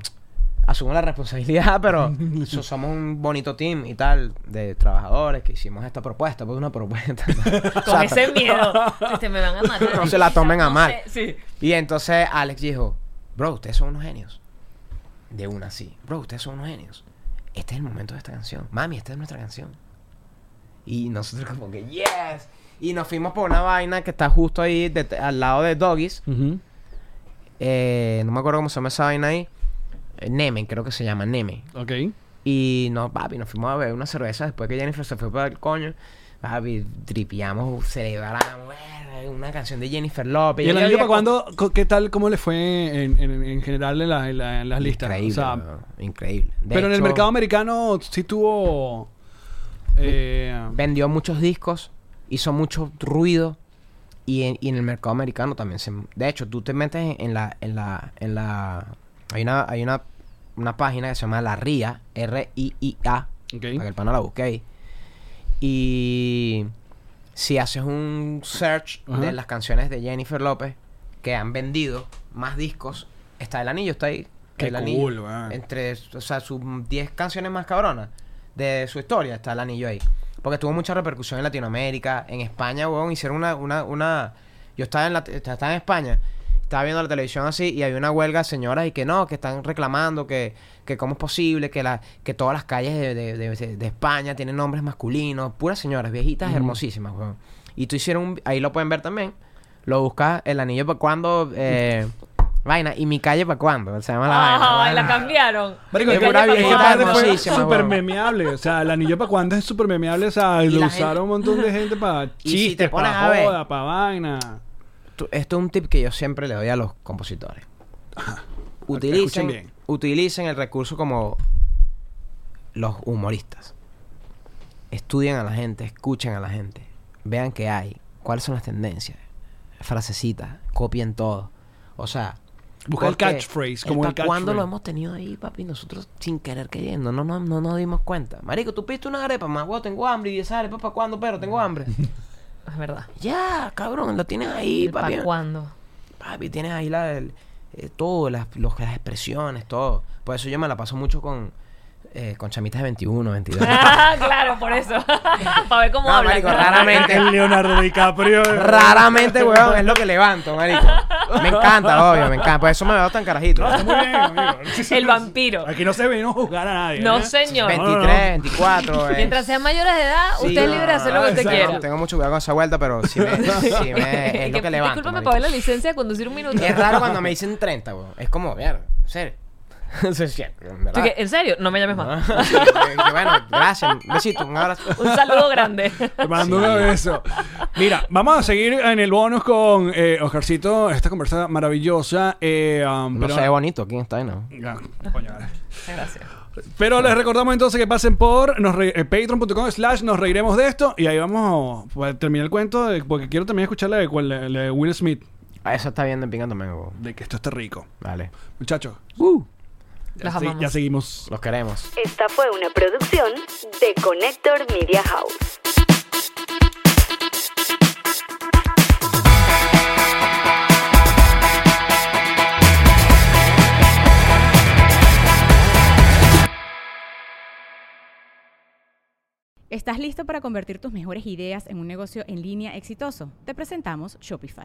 [SPEAKER 5] asumo la responsabilidad, pero so- somos un bonito team y tal, de trabajadores que hicimos esta propuesta, pues una propuesta. O
[SPEAKER 4] Con
[SPEAKER 5] sea,
[SPEAKER 4] ese miedo. Este, me van a matar.
[SPEAKER 5] No se la tomen a
[SPEAKER 4] No
[SPEAKER 5] mal.
[SPEAKER 4] sé, Sí.
[SPEAKER 5] Y entonces Alex dijo, bro, ustedes son unos genios. De una así, bro, ustedes son unos genios. Este es el momento de esta canción. Mami, esta es nuestra canción. Y nosotros como que, yes. Y nos fuimos por una vaina que está justo ahí de- al lado de Doggies. Eh, no me acuerdo cómo se llama esa vaina ahí. Eh, Nemen, creo que se llama Nemen.
[SPEAKER 3] Ok.
[SPEAKER 5] Y no, papi, nos fuimos a beber una cerveza después que Jennifer se fue para el coño. Papi, tripiamos, celebramos. eh, Una canción de Jennifer López.
[SPEAKER 3] ¿Y el
[SPEAKER 5] Yo
[SPEAKER 3] anillo
[SPEAKER 5] había
[SPEAKER 3] para cuándo? Co- ¿Qué tal? ¿Cómo le fue en, en- en general en, la- en la- en las listas?
[SPEAKER 5] Increíble,
[SPEAKER 3] Ah, O sea,
[SPEAKER 5] weón, increíble. De
[SPEAKER 3] pero en el
[SPEAKER 5] hecho,
[SPEAKER 3] mercado americano sí tuvo. Eh,
[SPEAKER 5] vendió muchos discos, hizo mucho ruido y en, y en el mercado americano también se de hecho, tú te metes en, en la en la en la hay una hay una una página que se llama La RIA, R I I A, para que
[SPEAKER 3] ok.
[SPEAKER 5] el pana la busque ahí. Y si haces un search
[SPEAKER 3] Ajá.
[SPEAKER 5] de las canciones de Jennifer López que han vendido más discos, está el anillo, está ahí.
[SPEAKER 3] Qué
[SPEAKER 5] el anillo.
[SPEAKER 3] cool, weón.
[SPEAKER 5] Entre, o sea, sus 10 canciones más cabronas de su historia está el anillo ahí. Porque tuvo mucha repercusión en Latinoamérica, en España, weón, hicieron una, una, una... Yo estaba en, la, estaba en España, estaba viendo la televisión así y había una huelga de señoras y que no, que están reclamando que, que cómo es posible que, la, que todas las calles de, de- de- de España tienen nombres masculinos, puras señoras, viejitas, hermosísimas, weón. Y tú hicieron, un- ahí lo pueden ver también, lo buscas, el anillo para cuando... eh, Vaina, y mi calle para cuando, se llama la vaina.
[SPEAKER 4] Ay, Ah, la
[SPEAKER 5] vaina.
[SPEAKER 4] cambiaron.
[SPEAKER 3] Marico,
[SPEAKER 5] Es
[SPEAKER 3] es que
[SPEAKER 5] una
[SPEAKER 3] esta
[SPEAKER 5] viejita
[SPEAKER 3] parte fue
[SPEAKER 5] hermosísima,
[SPEAKER 3] súper
[SPEAKER 5] weón.
[SPEAKER 3] memeable. O sea, el anillo para cuándo es súper memeable. O sea,
[SPEAKER 5] Y
[SPEAKER 3] lo
[SPEAKER 5] la gente-
[SPEAKER 3] usaron un montón de gente para
[SPEAKER 5] Y si te
[SPEAKER 3] chistes,
[SPEAKER 5] pones a
[SPEAKER 3] para
[SPEAKER 5] ver-
[SPEAKER 3] joda, para vaina.
[SPEAKER 5] Tú- Esto es un tip que yo siempre le doy a los compositores.
[SPEAKER 3] Escuchen
[SPEAKER 5] utilicen,
[SPEAKER 3] bien.
[SPEAKER 5] utilicen el recurso como los humoristas. Estudien a la gente, escuchen a la gente, vean qué hay, cuáles son las tendencias, frasecitas, copien todo. O sea,
[SPEAKER 3] Busca el
[SPEAKER 5] porque
[SPEAKER 3] catchphrase, como el
[SPEAKER 5] pa' ¿Cuándo
[SPEAKER 3] catchphrase.
[SPEAKER 5] lo hemos tenido ahí, papi? Nosotros sin querer queriendo, no, no, no nos dimos cuenta. Marico, tú pediste una arepa, más guau, tengo hambre, y esa arepa, ¿para cuándo, pero Tengo hambre.
[SPEAKER 4] Es verdad.
[SPEAKER 5] ya, cabrón, lo tienes ahí,
[SPEAKER 4] ¿El pa'
[SPEAKER 5] papi.
[SPEAKER 4] cuándo?
[SPEAKER 5] Papi, tienes ahí la, el- eh, todo, las, los- las expresiones, todo. Por eso yo me la paso mucho con, eh, con chamitas de 21, 22.
[SPEAKER 4] Ah, claro, por eso. Para ver cómo
[SPEAKER 5] No,
[SPEAKER 4] hablan.
[SPEAKER 5] marico, raramente.
[SPEAKER 3] El Leonardo DiCaprio.
[SPEAKER 5] Raramente, weón, es lo que levanto, marico. Me encanta, obvio, me encanta. Por eso me veo tan carajito.
[SPEAKER 3] No, está muy bien, amigo.
[SPEAKER 4] El vampiro.
[SPEAKER 3] Aquí no se vino a juzgar a nadie.
[SPEAKER 4] No,
[SPEAKER 3] ¿eh?
[SPEAKER 4] señor.
[SPEAKER 3] Ven-
[SPEAKER 5] 23, 24. eh.
[SPEAKER 4] Mientras sean mayores de edad,
[SPEAKER 5] Sí,
[SPEAKER 4] usted es libre de hacer lo que usted
[SPEAKER 5] exacto.
[SPEAKER 4] quiera.
[SPEAKER 5] Tengo mucho cuidado con esa vuelta, pero sí me, sí me- es lo que levanto.
[SPEAKER 4] Disculpa, me
[SPEAKER 5] marico.
[SPEAKER 4] pagué la licencia de conducir un minuto.
[SPEAKER 5] Es raro cuando me dicen 30, weón. Es como, mierda, en serio. Eso es cierto, en
[SPEAKER 4] Tú
[SPEAKER 5] verdad.
[SPEAKER 4] que, ¿En serio? No me llames
[SPEAKER 5] Ah,
[SPEAKER 4] más.
[SPEAKER 5] sí, que bueno, gracias. Un besito, un abrazo.
[SPEAKER 4] Un saludo grande.
[SPEAKER 3] Te mando un beso. Mira, vamos a seguir en el bonus con eh, Oscarcito. Esta conversa maravillosa. eh, um,
[SPEAKER 5] No
[SPEAKER 3] pero-
[SPEAKER 5] se ve bonito aquí en esta vaina.
[SPEAKER 3] Ya, coño, vale.
[SPEAKER 4] Gracias.
[SPEAKER 3] Pero les recordamos entonces que pasen por nos re- eh, patreon.com slash nos reiremos de esto y ahí vamos a terminar el cuento de- porque quiero también escuchar la de, cuál- la- la de Will Smith
[SPEAKER 5] Ah, Eso está bien de pinga también, weón.
[SPEAKER 3] de que esto está rico.
[SPEAKER 5] Vale.
[SPEAKER 3] Muchachos, ya,
[SPEAKER 4] Los
[SPEAKER 3] se-
[SPEAKER 4] amamos.
[SPEAKER 3] ya seguimos.
[SPEAKER 5] Los queremos.
[SPEAKER 1] Esta fue una producción de Connector Media House.
[SPEAKER 6] ¿Estás listo para convertir tus mejores ideas en un negocio en línea exitoso? Te presentamos Shopify.